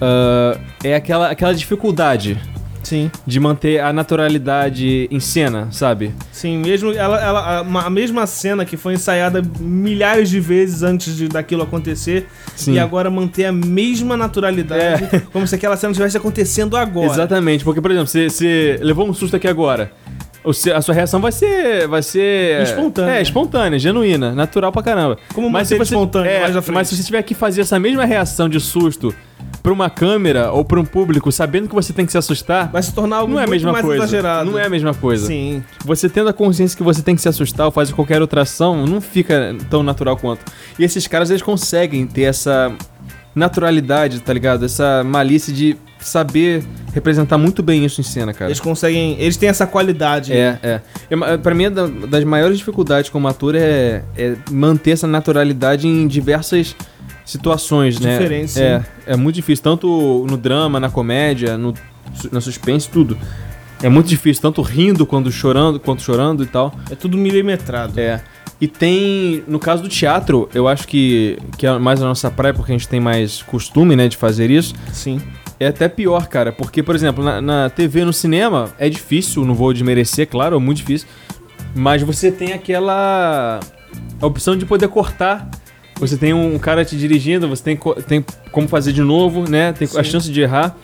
ah, é aquela, aquela dificuldade Sim. de manter a naturalidade em cena, sabe? Sim, mesmo ela, ela- a, ma- a mesma cena que foi ensaiada milhares de vezes antes de, daquilo acontecer Sim. É. e agora manter a mesma naturalidade, como se aquela cena estivesse acontecendo agora. Exatamente, porque, por exemplo, você, você levou um susto aqui agora. O seu- a sua reação vai ser. Vai ser. Espontânea. É, espontânea, genuína, natural pra caramba. Como manter espontâneo é, mais à frente. Mas se você tiver que fazer essa mesma reação de susto pra uma câmera ou pra um público, sabendo que você tem que se assustar, Vai se tornar algo não é a muito mesma mais coisa. exagerado. Não é a mesma coisa. Sim. Você tendo a consciência que você tem que se assustar ou fazer qualquer outra ação, não fica tão natural quanto. E esses caras, eles conseguem ter essa naturalidade, tá ligado? Essa malícia de saber representar muito bem isso em cena, cara. Eles conseguem. Eles têm essa qualidade. É, é. Eu, ma- pra mim, é da- das maiores dificuldades como ator é, é manter essa naturalidade em diversas situações, né? Diferentes, É, sim. é muito difícil. Tanto no drama, na comédia, no, su- na suspense, tudo. É muito difícil, tanto rindo quanto chorando, quanto chorando e tal. É tudo milimetrado. É. E tem, no caso do teatro, eu acho que, que é mais a nossa praia, porque a gente tem mais costume, né, de fazer isso. Sim. É até pior, cara, porque, por exemplo, na, na TV, no cinema, é difícil, não vou desmerecer, claro, é muito difícil. Mas você tem aquela. a opção de poder cortar. Você tem um cara te dirigindo, você tem, co- tem como fazer de novo, né? Tem a Sim. chance de errar.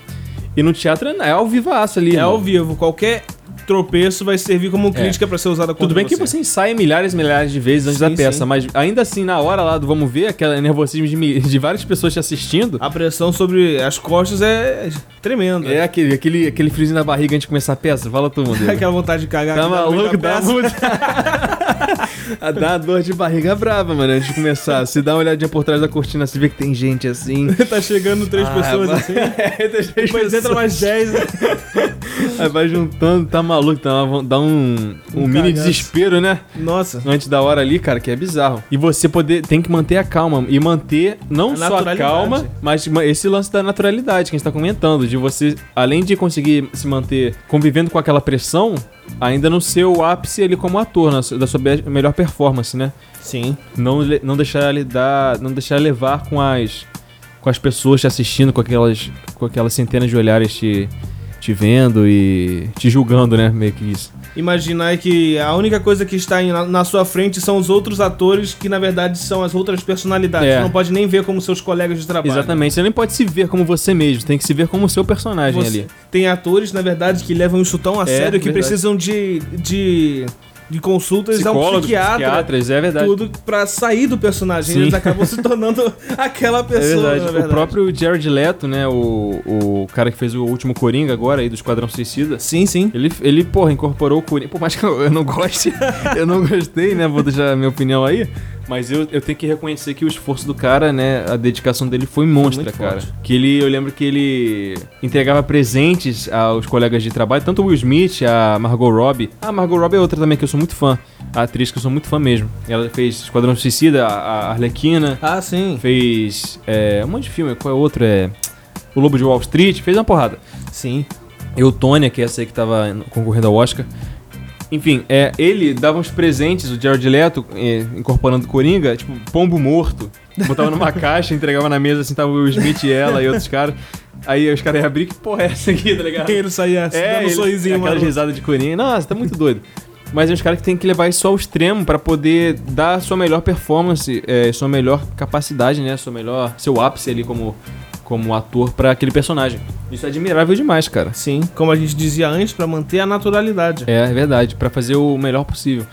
E no teatro é, é ao vivaço ali. É ao vivo. vivo. Qualquer tropeço vai servir como crítica pra ser usada contra É. Tudo bem você. que você ensaia milhares e milhares de vezes antes Sim, da peça, sim. mas ainda assim, na hora lá do vamos ver, aquele nervosismo de, mi- de várias pessoas te assistindo. A pressão sobre as costas é tremenda. É aquele, aquele, aquele friozinho na barriga antes de começar a peça. Fala todo mundo. Aquela vontade de cagar. Tá aqui na maluco? frente da Dá peça. muito. Ah, Dá uma dor de barriga brava, mano, antes de começar. Se dá uma olhadinha por trás da cortina, você vê que tem gente assim. tá chegando três Ah, pessoas vai- assim. É, tem gente Depois pensando. entra mais dez. né? Aí vai juntando, tá maluco, tá uma- dá um, um Um mini cagaço. desespero, né? Nossa. Antes da hora ali, cara, que é bizarro. E você poder, tem que manter a calma. E manter não A só a naturalidade. calma, mas ma- esse lance da naturalidade que a gente tá comentando. De você, além de conseguir se manter convivendo com aquela pressão, ainda no seu ápice ali como ator, na su- da sua be- melhor performance, né? Sim. não, le- não deixar lidar, não deixar levar com as com as pessoas te assistindo, com aquelas com aquelas centenas de olhares te te vendo e te julgando, né? Meio que isso. Imaginar que a única coisa que está em- na, na sua frente são os outros atores que, na verdade, são as outras personalidades. É. Você não pode nem ver como seus colegas de trabalho. Exatamente. Você nem pode se ver como você mesmo, tem que se ver como o seu personagem Você- ali. Tem atores, na verdade, que levam isso tão a É, sério que verdade. precisam de, de, de consultas a um psiquiatra. psiquiatras, é verdade. Tudo pra sair do personagem. Sim. Eles acabam se tornando aquela É pessoa. verdade. na O próprio Jared Leto, né, o, o cara que fez o último Coringa agora aí do Esquadrão Suicida, Sim, sim. Ele, ele, porra, incorporou o Coringa. Por mais que eu, eu não goste, eu não gostei, né? Vou deixar a minha opinião aí. Mas eu, eu tenho que reconhecer que o esforço do cara, né? A dedicação dele foi monstra, muito cara. forte. Que ele, eu lembro que ele entregava presentes aos colegas de trabalho, tanto o Will Smith, a Margot Robbie. A Margot Robbie é outra também que eu sou muito fã. A atriz que eu sou muito fã mesmo. Ela fez Esquadrão Suicida, a a Arlequina. Ah, sim. Fez é, um monte de filme. Qual é o outro? É. O Lobo de Wall Street. Fez uma porrada. Sim. Eutônia, que é essa aí que tava concorrendo ao Oscar. Enfim, é, ele dava uns presentes, o Jared Leto, é, incorporando Coringa, tipo, pombo morto. Botava numa caixa, entregava na mesa, assim, tava o Will Smith e ela e outros caras. Aí os caras iam abrir, que porra é essa aqui, tá ligado? Ele saía assim, dando um É, ele- sorrisinho, aquela maluco. risada de Coringa. Nossa, tá muito doido. Mas é os caras que tem que levar isso ao extremo pra poder dar a sua melhor performance, é, sua melhor capacidade, né? Sua melhor, seu ápice ali como, como ator pra aquele personagem. Isso é admirável demais, cara. Sim, como a gente dizia antes, pra manter a naturalidade. É, é verdade, pra fazer o melhor possível.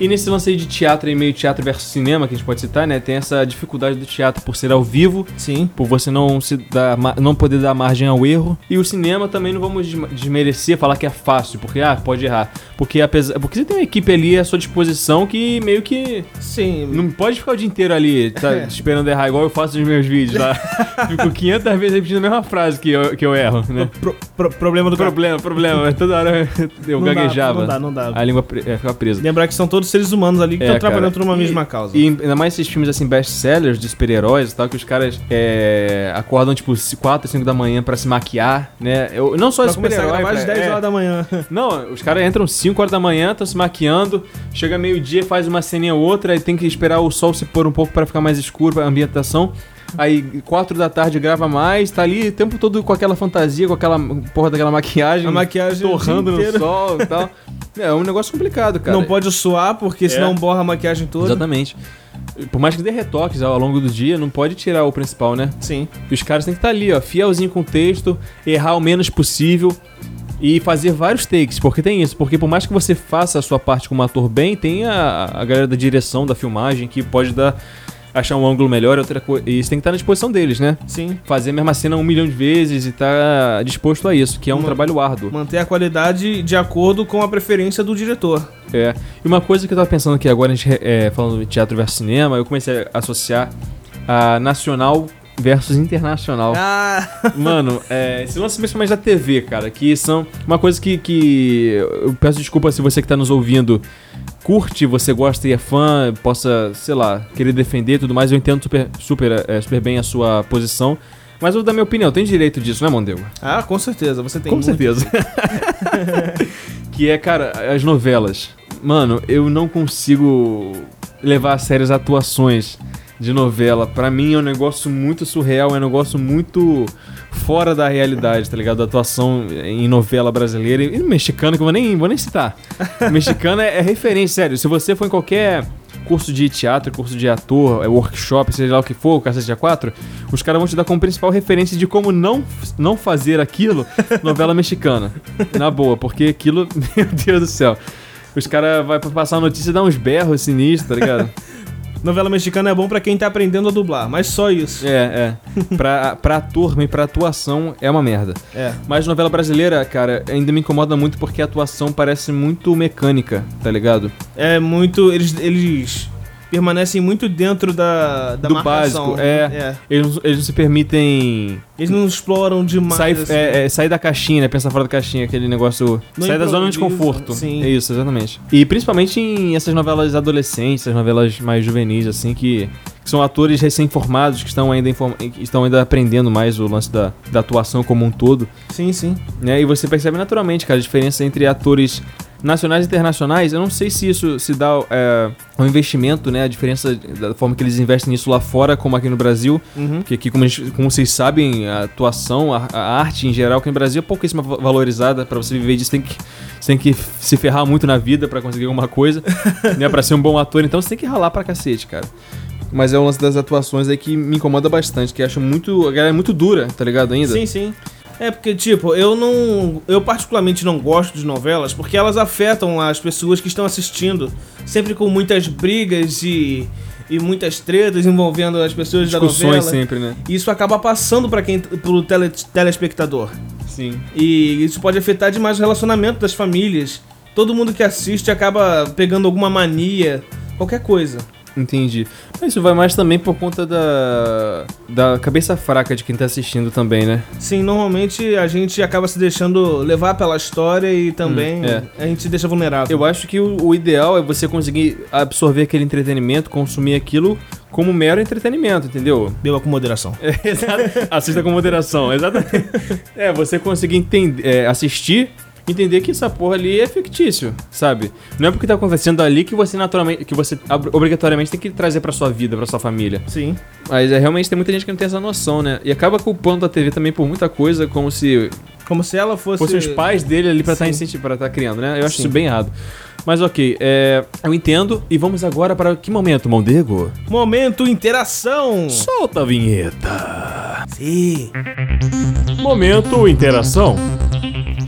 E nesse lance aí de teatro e meio teatro versus cinema que a gente pode citar, né? Tem essa dificuldade do teatro por ser ao vivo, Sim. por você não se dar, ma- não poder dar margem ao erro. E o cinema também não vamos desma- desmerecer, falar que é fácil, porque ah, pode errar. Porque apesar, porque você tem uma equipe ali à sua disposição que meio que Sim. não pode ficar o dia inteiro ali tá, É. esperando errar igual eu faço nos meus vídeos, tá? Fico 500 vezes repetindo a mesma frase que eu, que eu erro, né? Pro- pro- problema do Problema, problema, toda hora eu Não dá, gaguejava. não dá, não dá. A língua pre- é, fica presa. Lembrar que são todos seres humanos ali que É, estão cara. trabalhando por uma E- mesma causa. E ainda mais esses filmes assim, best-sellers de super-heróis e tal, que os caras é, acordam tipo 4, 5 da manhã pra se maquiar, né? Eu, não só pra começar a super-herói. gravar às pra- 10 é. horas da manhã. Não, os caras entram 5 horas da manhã, estão se maquiando, chega meio-dia, faz uma ceninha ou outra, aí tem que esperar o sol se pôr um pouco pra ficar mais escuro, pra ambientação. Aí 4 da tarde grava mais, tá ali o tempo todo com aquela fantasia, com aquela porra daquela maquiagem, A maquiagem o torrando dia no inteiro. sol e tal. É um negócio complicado, cara. É. Não pode suar, porque senão borra a maquiagem toda. Exatamente. Por mais que dê retoques ao longo do dia, não pode tirar o principal, né? Sim. E os caras têm que estar ali, ó, fielzinho com o texto, errar o menos possível e fazer vários takes, porque tem isso. Porque por mais que você faça a sua parte como ator bem, tem a, a galera da direção, da filmagem, que pode dar achar um ângulo melhor outra coisa. E isso tem que estar na disposição deles, né? Sim. Fazer a mesma cena um milhão de vezes e tá disposto a isso, que é um Uma- trabalho árduo. Manter a qualidade de acordo com a preferência do diretor. É. E uma coisa que eu tava pensando aqui agora, a gente, é, falando de teatro versus cinema, eu comecei a associar a nacional versus internacional. Ah, Mano, é, esse lance principalmente da TV, cara, que são uma coisa que, que eu peço desculpa se você que tá nos ouvindo curte, você gosta e é fã, possa, sei lá, querer defender e tudo mais, eu entendo super, super, é, super bem a sua posição. Mas eu vou dar minha opinião, tem direito disso, né, Mondego? ah, com certeza, você tem Com muito. certeza. que é, cara, as novelas. Mano, eu não consigo levar a sério as atuações de novela. Pra mim é um negócio muito surreal, é um negócio muito fora da realidade, tá ligado? A atuação em novela brasileira e e mexicana, que eu vou nem, vou nem citar. mexicana é, é referência, sério. Se você for em qualquer curso de teatro, curso de ator, é, workshop, seja lá o que for, o Cacete A4, os caras vão te dar como principal referência de como não, não fazer aquilo novela mexicana. Na boa, porque aquilo, meu Deus do céu. Os caras vão passar a notícia e dar uns berros sinistros, tá ligado? Novela mexicana é bom pra quem tá aprendendo a dublar, mas só isso. É, é. Pra, pra ator, mas pra atuação é uma merda. É. Mas novela brasileira, cara, ainda me incomoda muito porque a atuação parece muito mecânica, tá ligado? É muito. Eles, eles permanecem muito dentro da, da Do marcação. né? básico, é. Eles, não- eles não se permitem Eles não exploram demais. sair, assim. é, é, sair da caixinha, né? Pensar fora da caixinha, aquele negócio. No sair da zona de improviso, conforto. sim. É isso, exatamente. E principalmente em essas novelas adolescentes, essas novelas mais juvenis, assim, que, que são atores recém-formados que estão ainda, inform- que estão ainda aprendendo mais o lance da, da atuação como um todo. Sim, sim. Né? E você percebe naturalmente, cara, a diferença entre atores nacionais e internacionais. Eu não sei se isso se dá é, ao investimento, né? A diferença da forma que eles investem nisso lá fora, como aqui no Brasil. Uhum. Porque aqui, como, a gente- como vocês sabem, a atuação, a, a arte em geral, que no Brasil é pouquíssima va- valorizada. Pra você viver disso, tem que, você tem que se ferrar muito na vida pra conseguir alguma coisa, né? Pra ser um bom ator. Então você tem que ralar pra cacete, cara. Mas é o lance das atuações aí que me incomoda bastante, que eu acho muito. A galera é muito dura, tá ligado? Ainda. Sim, sim. É porque, tipo, eu não. Eu particularmente não gosto de novelas porque elas afetam as pessoas que estão assistindo. Sempre com muitas brigas e, e muitas tretas envolvendo as pessoas da novela. Discussões sempre, né? E isso acaba passando para quem pro tele, telespectador. Sim. E isso pode afetar demais o relacionamento das famílias. Todo mundo que assiste acaba pegando alguma mania, qualquer coisa. Entendi. Mas isso vai mais também por conta da. da cabeça fraca de quem tá assistindo também, né? Sim, normalmente a gente acaba se deixando levar pela história e também Hum, é. a gente se deixa vulnerável. Eu acho que o, o ideal é você conseguir absorver aquele entretenimento, consumir aquilo como mero entretenimento, entendeu? Beba com moderação. É, exato. Assista com moderação, exatamente. É, você conseguir entender, é, assistir, entender que essa porra ali é fictício, sabe? Não é porque tá acontecendo ali que você naturalmente, que você ab- obrigatoriamente tem que trazer pra sua vida, pra sua família. Sim. Mas é, realmente tem muita gente que não tem essa noção, né? E acaba culpando a TV também por muita coisa, como se Como se ela fosse. fossem os pais dele ali pra estar incentivo, pra tá criando, né? Eu acho Tipo assim, Sim. isso bem errado. Mas ok, é, eu entendo. E vamos agora para que momento, Mondego? Momento interação! Solta a vinheta. Sim. Momento interação.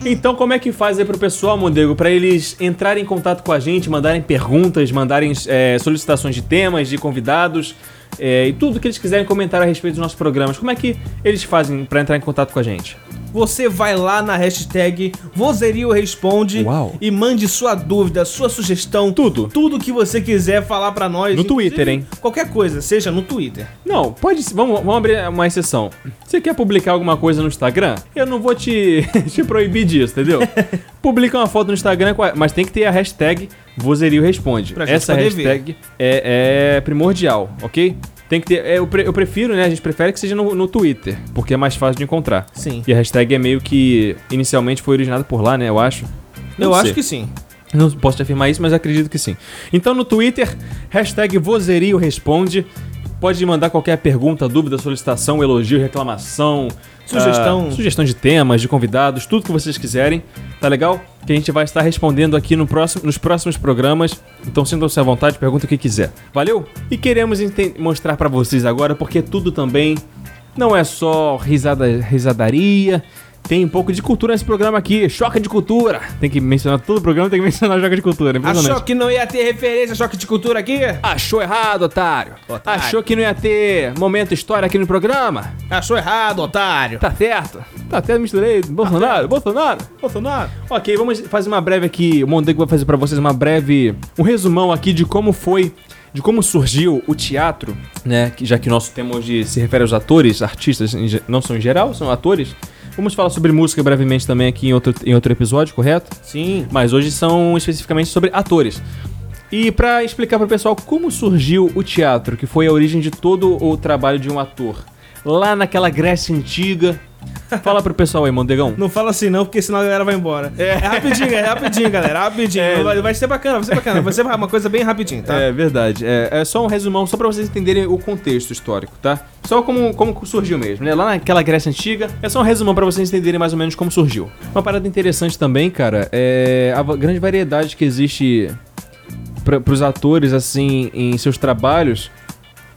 Então, como é que faz aí pro pessoal, Mondego, pra eles entrarem em contato com a gente, mandarem perguntas, mandarem é, solicitações de temas, de convidados é, e tudo que eles quiserem comentar a respeito dos nossos programas? Como é que eles fazem pra entrar em contato com a gente? Você vai lá na hashtag Vozerio Responde Uau. e mande sua dúvida, sua sugestão, Tudo. tudo que você quiser falar pra nós. No inclusive, Twitter, hein? Qualquer coisa, seja no Twitter. Não, pode. Vamos, vamos abrir uma exceção. Você quer publicar alguma coisa no Instagram? Eu não vou te, te proibir disso, entendeu? Publica uma foto no Instagram, com a- mas tem que ter a hashtag Vozerio Responde. Pra gente Essa poder hashtag é, é primordial, ok? Tem que ter. é, eu, pre- eu prefiro, né? A gente prefere que seja no, no Twitter, porque é mais fácil de encontrar. Sim. E a hashtag é meio que inicialmente foi originada por lá, né? Eu acho. Eu Não sei. acho que sim. Não posso te afirmar isso, mas acredito que sim. Então no Twitter, hashtag Vozerio Responde. Pode mandar qualquer pergunta, dúvida, solicitação, elogio, reclamação, Sugestão. ah, sugestão de temas, de convidados, tudo que vocês quiserem. Tá legal? Que a gente vai estar respondendo aqui no próximo, nos próximos programas. Então sintam-se à vontade, pergunta o que quiser. Valeu? E queremos enten- mostrar pra vocês agora, porque tudo também não é só risada, risadaria. Tem um pouco de cultura nesse programa aqui. Choca de cultura. Tem que mencionar todo o programa, tem que mencionar choca de cultura. Achou Impressionante. que não ia ter referência a choque de cultura aqui? Achou errado, otário. Otário. Achou que não ia ter momento história aqui no programa? Achou errado, otário. Tá certo. Tá certo, misturei. Bolsonaro, Bolsonaro. Bolsonaro. Ok, vamos fazer uma breve aqui. O Mondego vai fazer pra vocês uma breve. Um resumão aqui de como foi de como surgiu o teatro, né? que- já que nosso tema hoje se refere aos atores, artistas, em ge- não são em geral, são atores. Vamos falar sobre música brevemente também aqui em outro, em outro episódio, correto? Sim. mas hoje são especificamente sobre atores. E pra explicar pro pessoal como surgiu o teatro, que foi a origem de todo o trabalho de um ator, lá naquela Grécia antiga. Fala pro pessoal aí, Mondegão. Não fala assim não, porque senão a galera vai embora. É, rapidinho, é rapidinho, galera. Rapidinho. Vai, vai ser bacana, vai ser bacana. Vai ser uma coisa bem rapidinho, tá? É verdade. É, é só um resumão, só pra vocês entenderem o contexto histórico, tá? Só como, como surgiu mesmo, né? Lá naquela Grécia Antiga, é só um resumão pra vocês entenderem mais ou menos como surgiu. Uma parada interessante também, cara, é a va- grande variedade que existe pra, pros atores, assim, em seus trabalhos,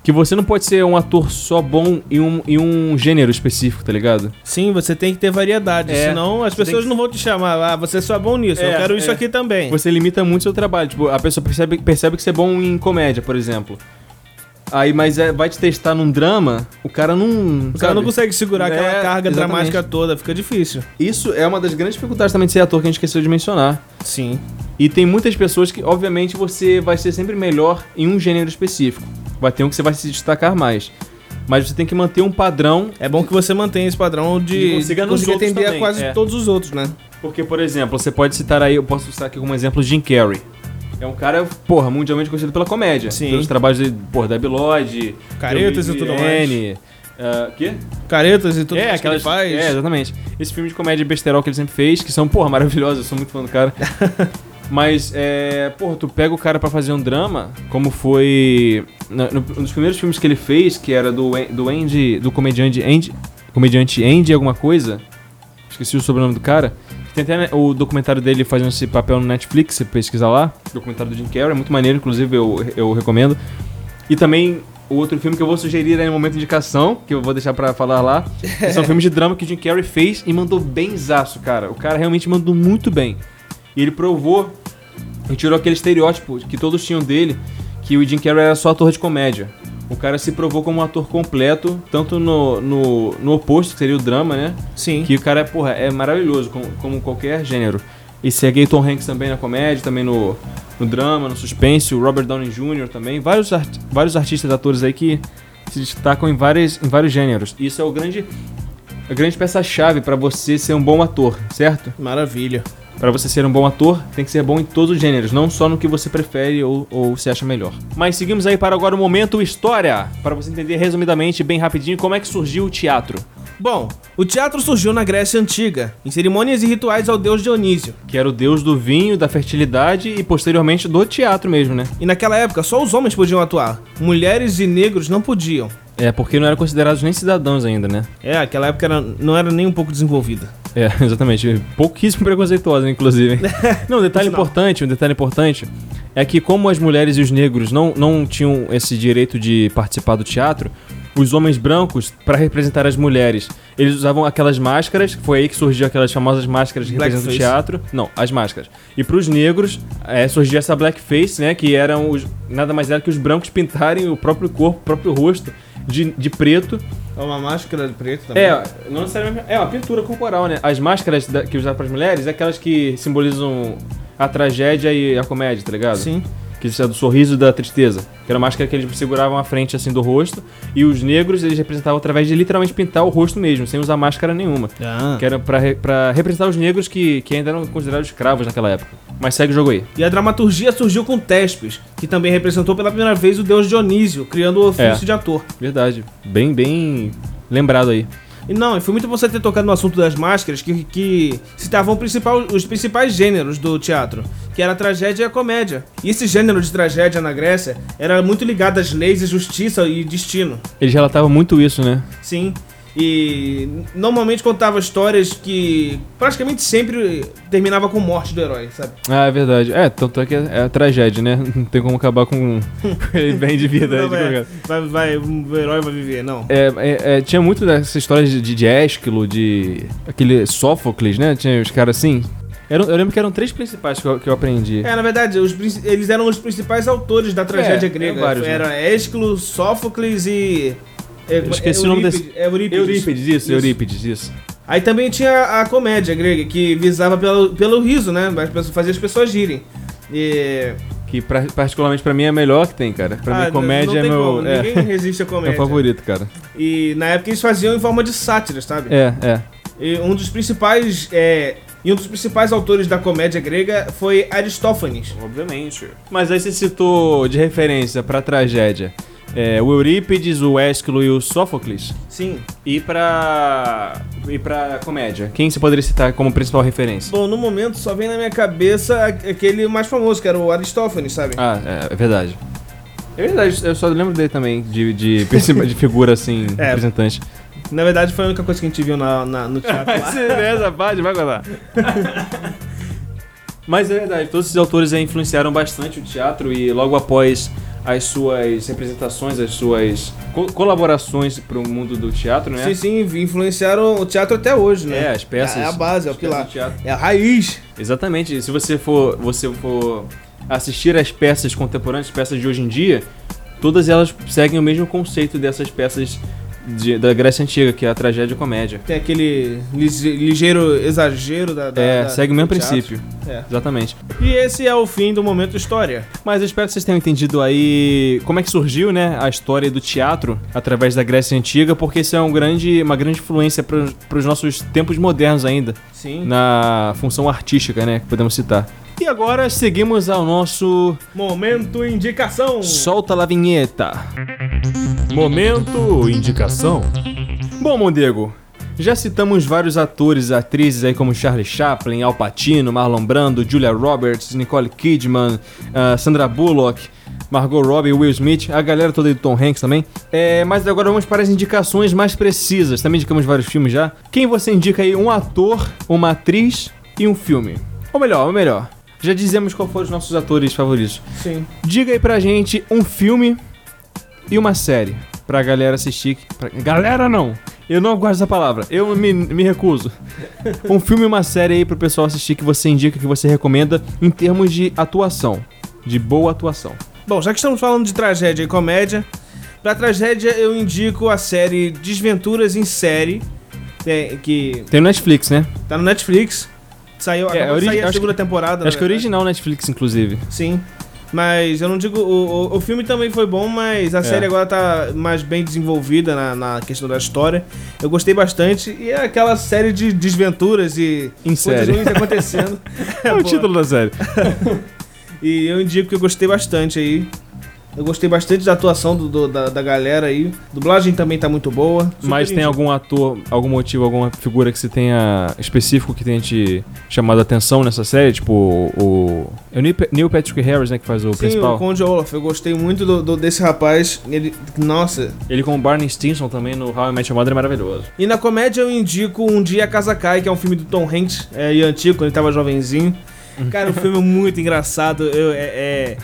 que você não pode ser um ator só bom em um, em um gênero específico, tá ligado? Sim, você tem que ter variedade, É, senão as você pessoas tem que- não vão te chamar. Ah, você só é bom nisso, É, eu quero é. isso aqui também. Você limita muito seu trabalho. Tipo, a pessoa percebe, percebe que você é bom em comédia, por exemplo. Aí, mas é- vai te testar num drama, o cara não. O cara não sabe? consegue segurar aquela É, carga exatamente. dramática toda, fica difícil. Isso é uma das grandes dificuldades também de ser ator que a gente esqueceu de mencionar. Sim. E tem muitas pessoas que, obviamente, você vai ser sempre melhor em um gênero específico. Vai ter um que você vai se destacar mais. Mas você tem que manter um padrão É bom que você mantenha esse padrão de, E consiga nos conseguir outros atender a também, quase é. todos os outros, né? Porque, por exemplo, você pode citar aí, eu posso citar aqui como exemplo Jim Carrey. É um cara, porra, mundialmente conhecido pela comédia. Sim. Pelos trabalhos de, porra, da Bilode, Caretas e tudo mais. O ah, quê? Caretas e tudo mais que ele aquelas- faz. É, exatamente. Esse filme de comédia besterol que ele sempre fez, que são, porra, maravilhosos, eu sou muito fã do cara. Mas, é, porra, tu pega o cara pra fazer um drama, como foi. na- no- um dos primeiros filmes que ele fez, que era do, An- do Andy. do comediante Andy. comediante Andy alguma coisa. Esqueci o sobrenome do cara. Tem até né, o documentário dele fazendo esse papel no Netflix, se pesquisar lá. Documentário do Jim Carrey, é muito maneiro, inclusive eu, eu recomendo. E também o outro filme que eu vou sugerir aí no momento de indicação, que eu vou deixar pra falar lá, que são filmes de drama que o Jim Carrey fez e mandou benzaço, cara. O cara realmente mandou muito bem. E ele provou e tirou aquele estereótipo que todos tinham dele, que o Jim Carrey era só ator de comédia. O cara se provou como um ator completo, tanto no, no, no oposto, que seria o drama, né? Sim. Que o cara, porra, é maravilhoso, como, como qualquer gênero. E segue Tom Hanks também na comédia, também no, no drama, no suspense, o Robert Downey Jr. também. Vários, art- vários artistas, atores aí que se destacam em, várias, em vários gêneros. E isso é o grande, a grande peça-chave pra você ser um bom ator, certo? Maravilha. Pra você ser um bom ator, tem que ser bom em todos os gêneros, não só no que você prefere ou, ou se acha melhor. Mas seguimos aí para agora o momento história, para você entender resumidamente, bem rapidinho, como é que surgiu o teatro. Bom, o teatro surgiu na Grécia Antiga, em cerimônias e rituais ao deus Dionísio. que era o deus do vinho, da fertilidade e posteriormente do teatro mesmo, né? E naquela época só os homens podiam atuar, mulheres e negros não podiam. É, porque não eram considerados nem cidadãos ainda, né? É, aquela época era- não era nem um pouco desenvolvida. É, exatamente. Pouquíssimo preconceituosa, inclusive. Não, um detalhe importante, um detalhe importante é que como as mulheres e os negros não, não tinham esse direito de participar do teatro, os homens brancos, pra representar as mulheres, eles usavam aquelas máscaras, foi aí que surgiu aquelas famosas máscaras que Blackface. representam o teatro. Não, as máscaras. E pros negros, é, surgiu essa blackface, né, que eram os, nada mais era que os brancos pintarem o próprio corpo, o próprio rosto de, de preto É uma máscara preta também. é, não necessariamente. É uma pintura corporal, né? As máscaras da- que usavam para as mulheres é aquelas que simbolizam a tragédia e a comédia, tá ligado? Sim. Que isso é do sorriso e da tristeza. Que era a máscara que eles seguravam à frente assim do rosto. E os negros eles representavam através de literalmente pintar o rosto mesmo, sem usar máscara nenhuma. Ah. Que era pra, re- pra representar os negros que, que ainda eram considerados escravos naquela época. Mas segue o jogo aí. E a dramaturgia surgiu com Tespes, que também representou pela primeira vez o deus Dionísio, criando o ofício É. de ator. Verdade. Bem, bem lembrado aí. E não, e foi muito bom você ter tocado no assunto das máscaras, que, que citavam o principal- os principais gêneros do teatro, que era a tragédia e a comédia. E esse gênero de tragédia na Grécia era muito ligado às leis e justiça e destino. Eles relatavam muito isso, né? Sim. E normalmente contava histórias que praticamente sempre terminava com morte do herói, sabe? Ah, é verdade. É, tanto é que é, é a tragédia, né? Não tem como acabar com ele bem de vida. de Não, qualquer é, lugar. vai, vai, o herói vai viver, não. É, é, é, tinha muito dessa história de, de Ésquilo, de aquele Sófocles, né? Tinha os caras assim. Eram- eu lembro que eram três principais que eu, que eu aprendi. É, na verdade, os princi- eles eram os principais autores da tragédia É, grega. é vários, Era Ésquilo, Sófocles e. é, Eu esqueci o nome Eurípides- é Eurípides. Eurípides, isso, Eurípides, isso. Aí também tinha a comédia grega, que visava pelo, pelo riso, né? As pessoas- Fazia as pessoas rirem. E Que pra- particularmente pra mim é a melhor que tem, cara. Pra Ah, mim, comédia é tem meu. como, é, Ninguém resiste a é comédia. o favorito, cara. E na época eles faziam em forma de sátira, sabe? É, é. E um dos principais. é, e um dos principais autores da comédia grega foi Aristófanes. Obviamente. Mas aí você citou de referência pra tragédia é, o Eurípides, o Ésquilo e o Sófocles. Sim. E pra. E pra comédia. Quem você poderia citar como principal referência? Bom, no momento só vem na minha cabeça a- aquele mais famoso, que era o Aristófanes, sabe? Ah, é, é verdade. É verdade, eu só lembro dele também, de, de, princip- de figura assim, É. representante. Na verdade foi a única coisa que a gente viu na, na- no teatro lá. Essa parte vai guardar. Mas é verdade, todos esses autores aí influenciaram bastante o teatro e logo após as suas representações, as suas co- colaborações pro mundo do teatro, né? Sim, sim, influenciaram o teatro até hoje, né? É, as peças. É a base, é o as peças pilar. do teatro. É a raiz. Exatamente. Se você for, você for assistir às peças contemporâneas, as peças de hoje em dia, todas elas seguem o mesmo conceito dessas peças de- da Grécia Antiga, que é a tragédia e a comédia. Tem aquele lige- ligeiro exagero da. da- é, da- segue o mesmo do teatro. princípio. É. Exatamente. E esse é o fim do momento história. Mas eu espero que vocês tenham entendido aí como é que surgiu, né, a história do teatro através da Grécia Antiga, porque isso é um grande, uma grande influência para os nossos tempos modernos ainda, Sim. na função artística, né, que podemos citar. E agora seguimos ao nosso Momento indicação. Solta lá a vinheta. Momento indicação. Bom, Mondego, já citamos vários atores e atrizes aí como Charlie Chaplin, Al Pacino, Marlon Brando, Julia Roberts, Nicole Kidman, ah, Sandra Bullock, Margot Robbie, Will Smith, a galera toda aí do Tom Hanks também. É, mas agora vamos para as indicações mais precisas. Também indicamos vários filmes já. Quem você indica aí? Um ator, uma atriz e um filme. Ou melhor, ou melhor. Já dizemos qual foram os nossos atores favoritos. Sim. Diga aí pra gente um filme e uma série pra galera assistir. Pra... Galera não! Eu não gosto dessa palavra, eu me, me recuso. Um filme e uma série aí pro pessoal assistir que você indica, que você recomenda em termos de atuação. De boa atuação. Bom, já que estamos falando de tragédia e comédia, pra tragédia eu indico a série Desventuras em Série, é, que Tem no Netflix, né? tá no Netflix. Saiu, É, acabou de origi- sair a acho segunda temporada. Acho que é na verdade. original Netflix, inclusive. Sim. Mas eu não digo. O, o, o filme também foi bom, mas É. a série agora tá mais bem desenvolvida na, na questão da história. Eu gostei bastante. E é aquela série de desventuras e Em série. ruins acontecendo. É o boa. título da série. E eu indico que eu gostei bastante aí. Eu gostei bastante da atuação do, do- da, da galera aí. Dublagem também tá muito boa. Super Mas tem indico. algum ator, algum motivo, alguma figura que você tenha específico que tenha te chamado a atenção nessa série? Tipo, o. É o Neil Pa- Neil Patrick Harris, né, que faz o Sim, principal. o Conde Olaf. Eu gostei muito do, do- desse rapaz. Ele. Nossa. Ele com o Barney Stinson também no How I Met Your Mother é maravilhoso. E na comédia eu indico Um Dia a Casa Cai, que é um filme do Tom Hanks é, e antigo, quando ele tava jovenzinho. Cara, o filme é muito engraçado. eu- é, é,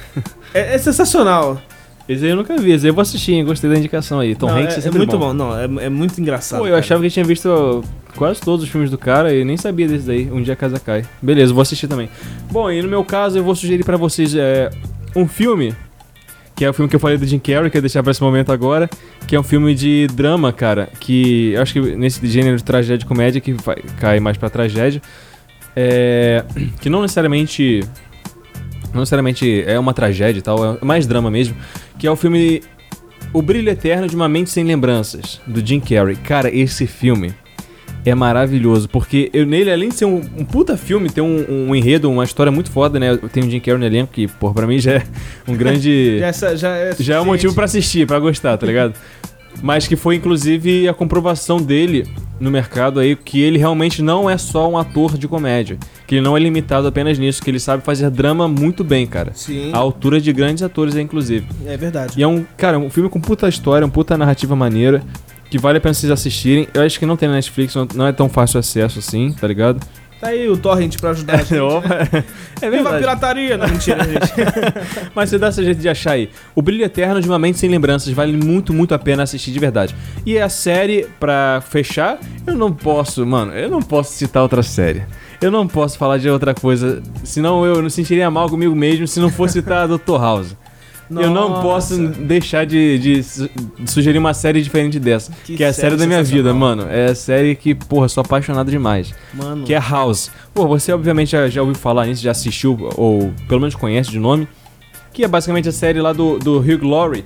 é- é sensacional. Esse aí eu nunca vi, esse aí eu vou assistir, hein? gostei da indicação aí. Tom Não, Hanks é, é, é sempre muito bom. Não, é, é muito engraçado. Pô, eu cara. achava que eu tinha visto quase todos os filmes do cara e nem sabia desse daí. Um dia a casa cai. Beleza, vou assistir também. Bom, e no meu caso eu vou sugerir pra vocês é, um filme, que é o filme que eu falei do Jim Carrey, que eu ia deixar pra esse momento agora, que é um filme de drama, cara, que eu acho que nesse gênero de tragédia e comédia, que vai- cai mais pra tragédia, é, que não necessariamente... Não necessariamente é uma tragédia e tal, é mais drama mesmo. Que é o filme o Brilho Eterno de Uma Mente Sem Lembranças, do Jim Carrey. Cara, esse filme é maravilhoso, porque eu nele, além de ser um, um puta filme, tem um, um enredo, uma história muito foda, né? Tem o Jim Carrey no elenco, que, pô, pra mim já é um grande... Já, é sa- já é, já é um suficiente. motivo pra assistir, pra gostar, tá ligado? Mas que foi, inclusive, a comprovação dele no mercado aí, que ele realmente não é só um ator de comédia. Que ele não é limitado apenas nisso, que ele sabe fazer drama muito bem, cara. Sim, À altura de grandes atores, aí, inclusive. é verdade. E é um, cara, um filme com puta história, um puta narrativa maneira, que vale a pena vocês assistirem. Eu acho que não tem na Netflix, não- não é tão fácil acesso assim, tá ligado? Tá aí o Torrent pra ajudar a gente. né? é Viva a verdade. pirataria! Não, mentira, gente. Mas você dá esse jeito de achar aí. O Brilho Eterno de Uma Mente Sem Lembranças vale muito, muito a pena assistir de verdade. E a série, pra fechar, eu não posso, mano, eu não posso citar outra série. Eu não posso falar de outra coisa, senão eu não sentiria mal comigo mesmo se não fosse citar a Dr. House. Eu não Nossa. posso deixar de, de su- de sugerir uma série diferente dessa. Que Que, é a série série da minha vida, sensacional. mano. É a série que, porra, sou apaixonado demais. Mano. Que é House. Pô, você obviamente já, já ouviu falar nisso, já assistiu, ou pelo menos conhece de nome. que é basicamente a série lá do, do Hugh Laurie,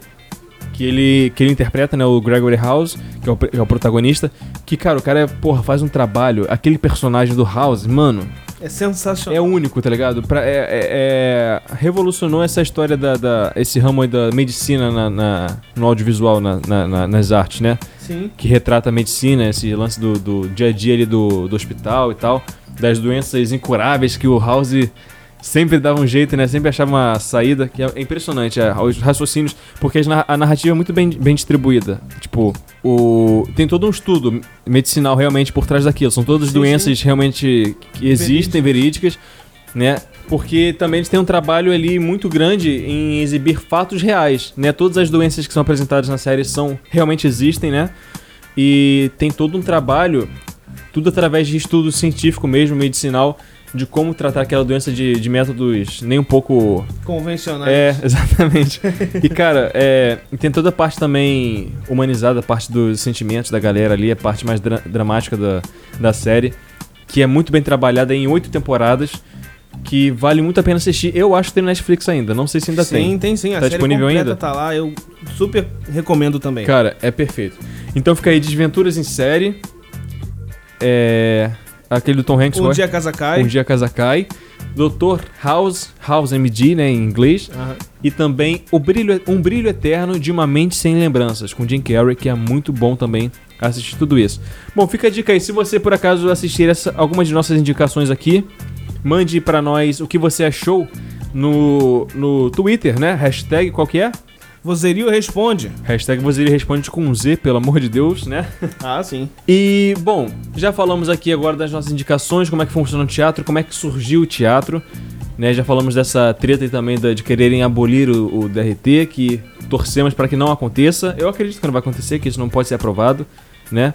que ele, que ele interpreta, né, o Gregory House, que é o, pr- que é o protagonista, que, cara, o cara, é, porra, faz um trabalho, aquele personagem do House, mano, É sensacional. é único, tá ligado? Pra, é, é- é- revolucionou essa história da, da- esse ramo aí da medicina na, na- no audiovisual, na- na- na- nas artes, né? Sim. que retrata a medicina, esse lance do, do dia a dia ali do, do hospital e tal, das doenças incuráveis que o House sempre dava um jeito, né? Sempre achava uma saída, que é impressionante, é, os raciocínios, porque as na- a narrativa é muito bem, bem distribuída. Tipo, o tem todo um estudo medicinal realmente por trás daquilo, são todas Sim, doenças realmente que existem, verídicas, né? Porque também eles têm um trabalho ali muito grande em exibir fatos reais, né? Todas as doenças que são apresentadas na série são realmente existem, né? e tem todo um trabalho, tudo através de estudo científico mesmo, medicinal, de como tratar aquela doença de, de métodos nem um pouco. Convencionais. É, exatamente. E cara, é, e tem toda a parte também humanizada, a parte dos sentimentos da galera ali, a parte mais dra- dramática da, da série, que é muito bem trabalhada em oito temporadas, que vale muito a pena assistir. Eu acho que tem na Netflix ainda, não sei se ainda sim, tem. tem sim. Tá A série disponível completa ainda? tá lá. Eu super recomendo também. Cara, é perfeito. Então fica aí Desventuras em Série. É. Aquele do Tom Hanks um gosta? dia a casa cai. Um dia a casa cai. Dr. House, House MD, né, em inglês. Aham. E também o brilho, Um Brilho Eterno de Uma Mente Sem Lembranças, com Jim Carrey, que é muito bom também assistir tudo isso. Bom, fica a dica aí. Se você, por acaso, assistir essa, alguma de nossas indicações aqui, mande pra nós o que você achou no, no Twitter, né? Hashtag qual que é? Vozerio responde. Hashtag você responde com um Z, pelo amor de Deus, né? Ah, sim. E, bom, já falamos aqui agora das nossas indicações, como é que funciona o teatro, como é que surgiu o teatro, né? Já falamos dessa treta aí também da- de quererem abolir o, o DRT, que torcemos para que não aconteça. Eu acredito que não vai acontecer, que isso não pode ser aprovado, né?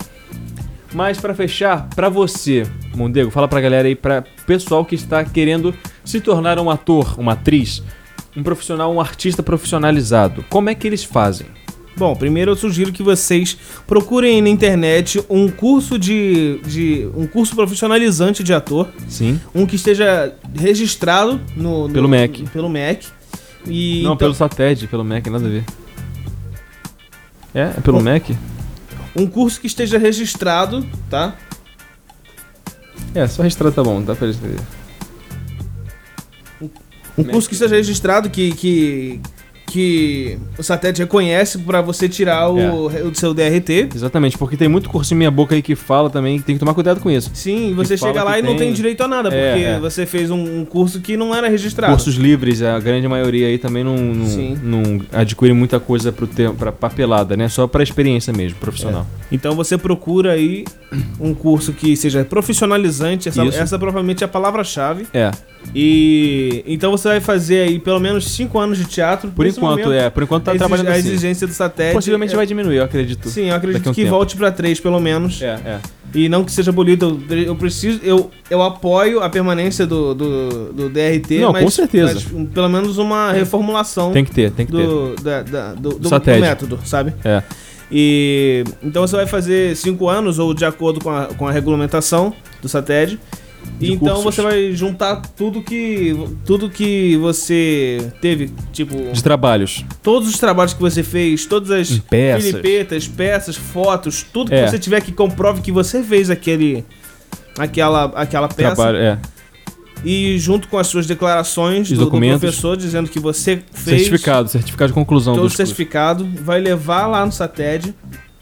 Mas para fechar, para você, Mondego, fala pra galera aí, pra pessoal que está querendo se tornar um ator, uma atriz, um profissional, um artista profissionalizado. Como é que eles fazem? Bom, primeiro eu sugiro que vocês procurem na internet um curso de, de um curso profissionalizante de ator, Sim. um que esteja registrado no, no- Pelo MEC. pelo MEC. E Não, então, pelo Sated, pelo Mac, nada a ver. É? É pelo Bom, Mac? um curso que esteja registrado, tá? É, só registrar tá bom, dá pra eles entenderem. Um MEC. curso que esteja registrado que que que o satélite reconhece para você tirar o, É. o seu DRT. Exatamente, porque tem muito cursinho minha boca aí que fala também, que tem que tomar cuidado com isso. Sim, e você fala chega lá que e não tem- tem direito a nada, É, porque é. você fez um, um curso que não era registrado. Cursos livres, a grande maioria aí também não, não, Sim. não adquire muita coisa pro tempo, pra papelada, né? Só pra experiência mesmo, profissional. Então você procura aí um curso que seja profissionalizante, essa, Isso. essa provavelmente é a palavra-chave. É, E então você vai fazer aí pelo menos 5 anos de teatro. por Nesse enquanto, momento, é. Por enquanto tá a exig- trabalhando a assim. exigência do satélite. Possivelmente é- vai diminuir, eu acredito. Sim, eu daqui a acredito um que tempo. volte pra 3 pelo menos. É, é. E não que seja abolido. Eu, eu preciso. Eu, eu apoio a permanência do, do, do DRT. Não, mas, com certeza. mas, um, pelo menos uma reformulação Tem que ter, tem que ter. Então, do, da- da- do- do- do satélite. método, sabe? É. E então você vai fazer cinco anos, ou de acordo com a, com a regulamentação do SATED. De E então cursos. você vai juntar tudo que. tudo que você teve, tipo, De trabalhos. todos os trabalhos que você fez, todas as Peças. filipetas, peças, fotos, tudo que É. você tiver que comprove que você fez aquele. Aquela, aquela peça Trabalho, é. e junto com as suas declarações Os do, do documentos. professor dizendo que você fez Certificado, certificado de conclusão todo dos cursos. certificado, vai levar lá no SATED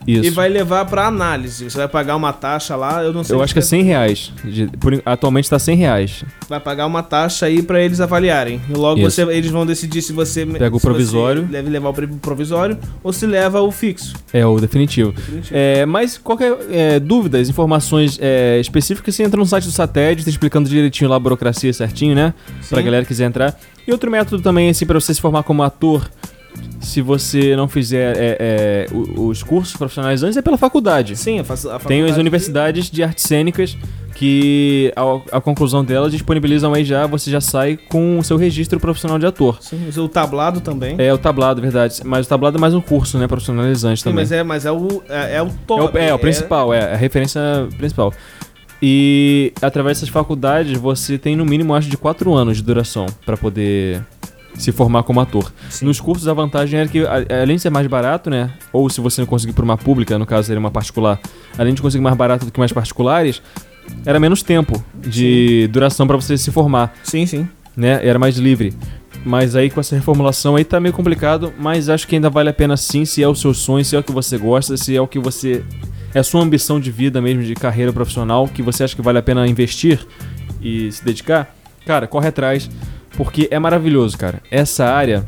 Isso. e vai levar pra análise. Você vai pagar uma taxa lá, eu não sei. Eu se acho que é vai- 100 reais. De- por en- atualmente tá 100 reais. Vai pagar uma taxa aí pra eles avaliarem. E logo Isso. você- eles vão decidir se você Pega o se provisório. você deve levar o pro- provisório ou se leva o fixo. É o definitivo. É, mas qualquer é, dúvidas, informações é, específicas, você entra no site do Sated, tá explicando direitinho lá a burocracia certinho, né? Pra Sim. galera que quiser entrar. E outro método também, assim, pra você se formar como ator, se você não fizer é, é, o- os cursos profissionalizantes, é pela faculdade. Sim, eu faço Tem a as faculdade- universidades de artes cênicas que, ao- a conclusão delas, disponibilizam aí já, você já sai com o seu registro profissional de ator. Sim, o tablado também. É o tablado, verdade. Mas o tablado é mais um curso, né? Profissionalizante Sim, também. mas é, mas é o é, é o é, top. o, é o principal, é a referência principal. E através dessas faculdades você tem no mínimo, acho, de 4 anos de duração pra poder se formar como ator. É, Sim. Nos cursos a vantagem era que, a- além de ser mais barato, né? Ou se você não conseguir por uma pública, no caso seria uma particular, além de conseguir mais barato do que mais particulares, era menos tempo de duração pra você se formar, Sim, sim. né? Era mais livre. Mas aí com essa reformulação aí tá meio complicado, mas acho que ainda vale a pena sim, se é o seu sonho, se é o que você gosta, se é o que você. É a sua ambição de vida mesmo, de carreira profissional, que você acha que vale a pena investir e se dedicar, cara, corre atrás, porque é maravilhoso, cara. Essa área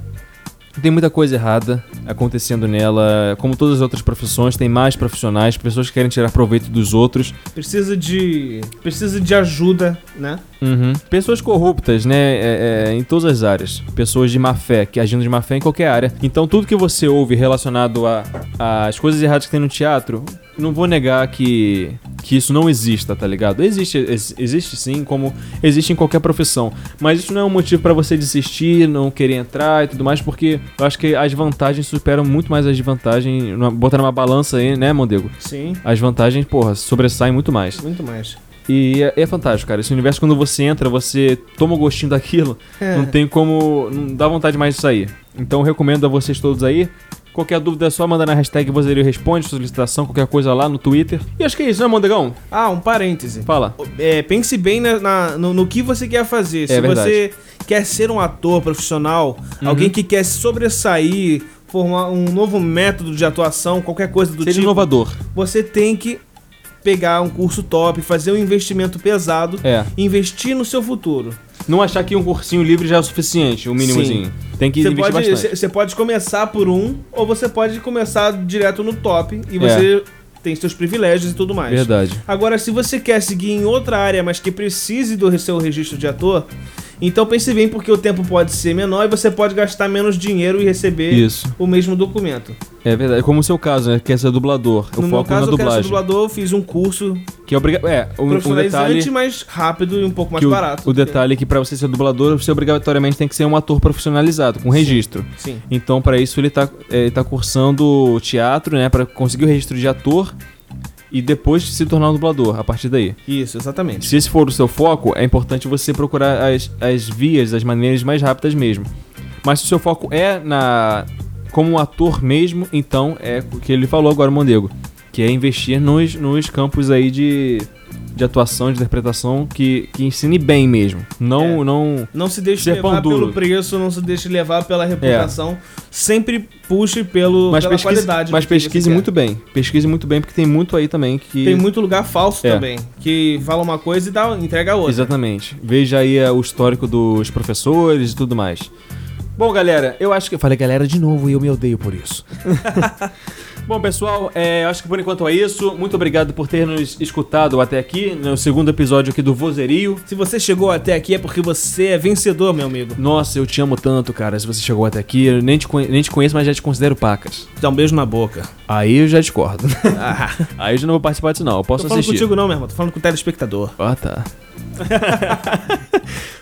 tem muita coisa errada acontecendo nela, como todas as outras profissões, tem mais profissionais, pessoas que querem tirar proveito dos outros. Precisa de. Precisa de ajuda, né? Pessoas corruptas, né? é, é, em todas as áreas. Pessoas de má fé, que agindo de má fé em qualquer área. Então, tudo que você ouve relacionado a- às coisas erradas que tem no teatro, não vou negar que, que isso não exista, tá ligado? Existe, ex- existe sim, como existe em qualquer profissão. Mas isso não é um motivo pra você desistir, não querer entrar e tudo mais, porque eu acho que as vantagens superam muito mais as desvantagens. numa- Botar numa balança aí, né, Mondego? Sim. As vantagens, porra, sobressaem muito mais. Muito mais. E é, é fantástico, cara. Esse universo, quando você entra, você toma o gostinho daquilo. É. Não tem como. Não dá vontade mais de sair. Então eu recomendo a vocês todos aí. Qualquer dúvida é só mandar na hashtag Vozerio Responde, solicitação, qualquer coisa lá no Twitter. E acho que é isso, né, Mondegão? Ah, um parêntese. Fala. É, pense bem na- na- no, no que você quer fazer. Se É verdade. Uhum. você quer ser um ator profissional, alguém que quer se sobressair, formar um novo método de atuação, qualquer coisa do Seja tipo, inovador. você tem que pegar um curso top, fazer um investimento pesado, É. investir no seu futuro. Não achar que um cursinho livre já é o suficiente, o mínimozinho. Tem que Você investir pode, bastante. você- você pode começar por um, ou você pode começar direto no top e É. você tem seus privilégios e tudo mais. Verdade. Agora, se você quer seguir em outra área, mas que precise do seu registro de ator, então pense bem, porque o tempo pode ser menor e você pode gastar menos dinheiro e receber Isso. o mesmo documento. É verdade. Como o seu caso, né? Quer ser dublador. Eu no meu foco na caso, eu quero ser dublagem. dublador, eu fiz um curso que é obriga... É, um, um profissionalizante, detalhe. mais rápido e um pouco mais que o- barato. o, detalhe é que pra você ser dublador, você obrigatoriamente tem que ser um ator profissionalizado, com registro. Sim. Então, pra isso, ele tá, é, ele tá cursando teatro, né? Pra conseguir o registro de ator e depois se tornar um dublador, a partir daí. Isso, exatamente. Se esse for o seu foco, é importante você procurar as, as vias, as maneiras mais rápidas mesmo. Mas se o seu foco é na como um ator mesmo, então é o que ele falou agora, o Mondego. Que é investir nos, nos campos aí de, de atuação, de interpretação, que, que ensine bem mesmo. Não, É. não Não se deixe Ser pão levar duro. pelo preço, não se deixe levar pela reputação. Sempre puxe pelo, Mas pela pesquise, qualidade. mas do que você pesquise quer. muito bem. Pesquise muito bem, porque tem muito aí também que. Tem muito lugar falso É. também, que fala uma coisa e dá, entrega outra. Exatamente. Veja aí é, o histórico dos professores e tudo mais. Bom, galera, eu acho que. Eu falei galera de novo e eu me odeio por isso. Bom, pessoal, é, acho que por enquanto é isso. Muito obrigado por ter nos escutado até aqui, no segundo episódio aqui do Vozerio. Se você chegou até aqui é porque você é vencedor, meu amigo. Nossa, eu te amo tanto, cara. Se você chegou até aqui, eu nem te, conhe- nem te conheço, mas já te considero pacas. Dá um beijo na boca. Aí eu já discordo. aí eu já não vou participar disso, não. Eu Tô posso falando assistir. Ah. contigo não, meu irmão. Tô falando com o telespectador. Ah, tá.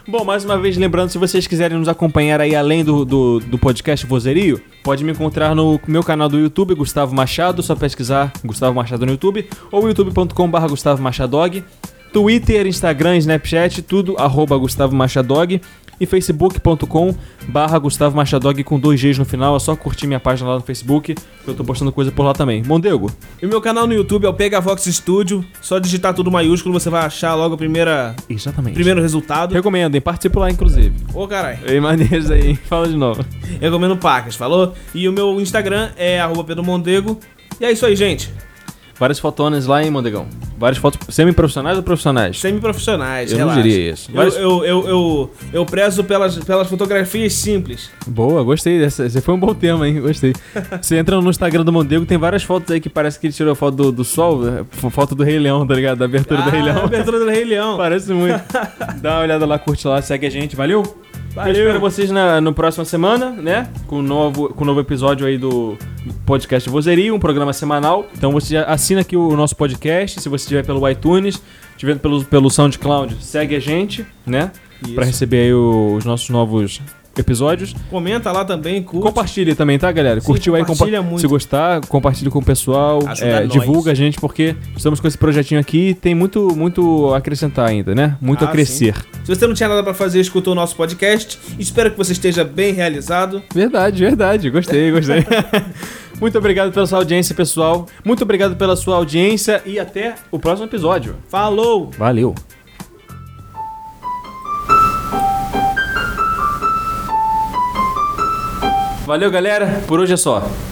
Bom, mais uma vez, lembrando, se vocês quiserem nos acompanhar aí além do, do, do podcast Vozerio, pode me encontrar no meu canal do YouTube, Gustavo Machado, só pesquisar Gustavo Machado no YouTube, ou youtube.com.br Gustavo Machadog, Twitter, Instagram, Snapchat, tudo, arroba Gustavo Machadog, e facebook.com barra Gustavo Machadog com dois Gs no final, é só curtir minha página lá no Facebook, que eu tô postando coisa por lá também. Mondego, E o meu canal no YouTube é o Pegavox Studio. Só digitar tudo maiúsculo, você vai achar logo o primeira, exatamente. Primeiro... primeiro resultado. Recomendem, participe lá, inclusive. Ô, caralho. Ei, maneiros aí, hein? fala de novo. Recomendo pacas, falou? E o meu Instagram é arroba Pedro Mondego. E é isso aí, gente. Várias fotonas lá, hein, Mondegão? Várias fotos semi-profissionais ou profissionais? Semi-profissionais, Eu não relaxa. diria isso. Eu, Várias- eu, eu, eu, eu prezo pelas, pelas fotografias simples. Boa, gostei dessa. Você foi um bom tema, hein? Gostei. Você entra no Instagram do Mondego, tem várias fotos aí que parece que ele tirou foto do, do sol, né? F- foto do Rei Leão, tá ligado? Da abertura do Rei Ah, Leão. abertura do Rei Leão. Parece muito. Dá uma olhada lá, curte lá, segue a gente, valeu? Eu espero vocês na no próxima semana, né? Com o novo, com o novo episódio aí do podcast Vozeria, um programa semanal. Então você já assina aqui o nosso podcast, se você estiver pelo iTunes, estiver pelo, pelo SoundCloud, segue a gente, né? Pra receber aí o- os nossos novos episódios. Comenta lá também, curte. Compartilha também, tá, galera? Sim, Curtiu aí, compartilha compa- muito. se gostar, compartilha com o pessoal, Ajuda é, nós. divulga a gente, porque estamos com esse projetinho aqui e tem muito, muito a acrescentar ainda, né? Muito Ah, a crescer. Se você não tinha nada pra fazer, escutou o nosso podcast. Espero que você esteja bem realizado. Verdade, verdade. Gostei, gostei. Muito obrigado pela sua audiência, pessoal. Muito obrigado pela sua audiência e até o próximo episódio. Falou! Valeu! Valeu, galera. Por hoje é só.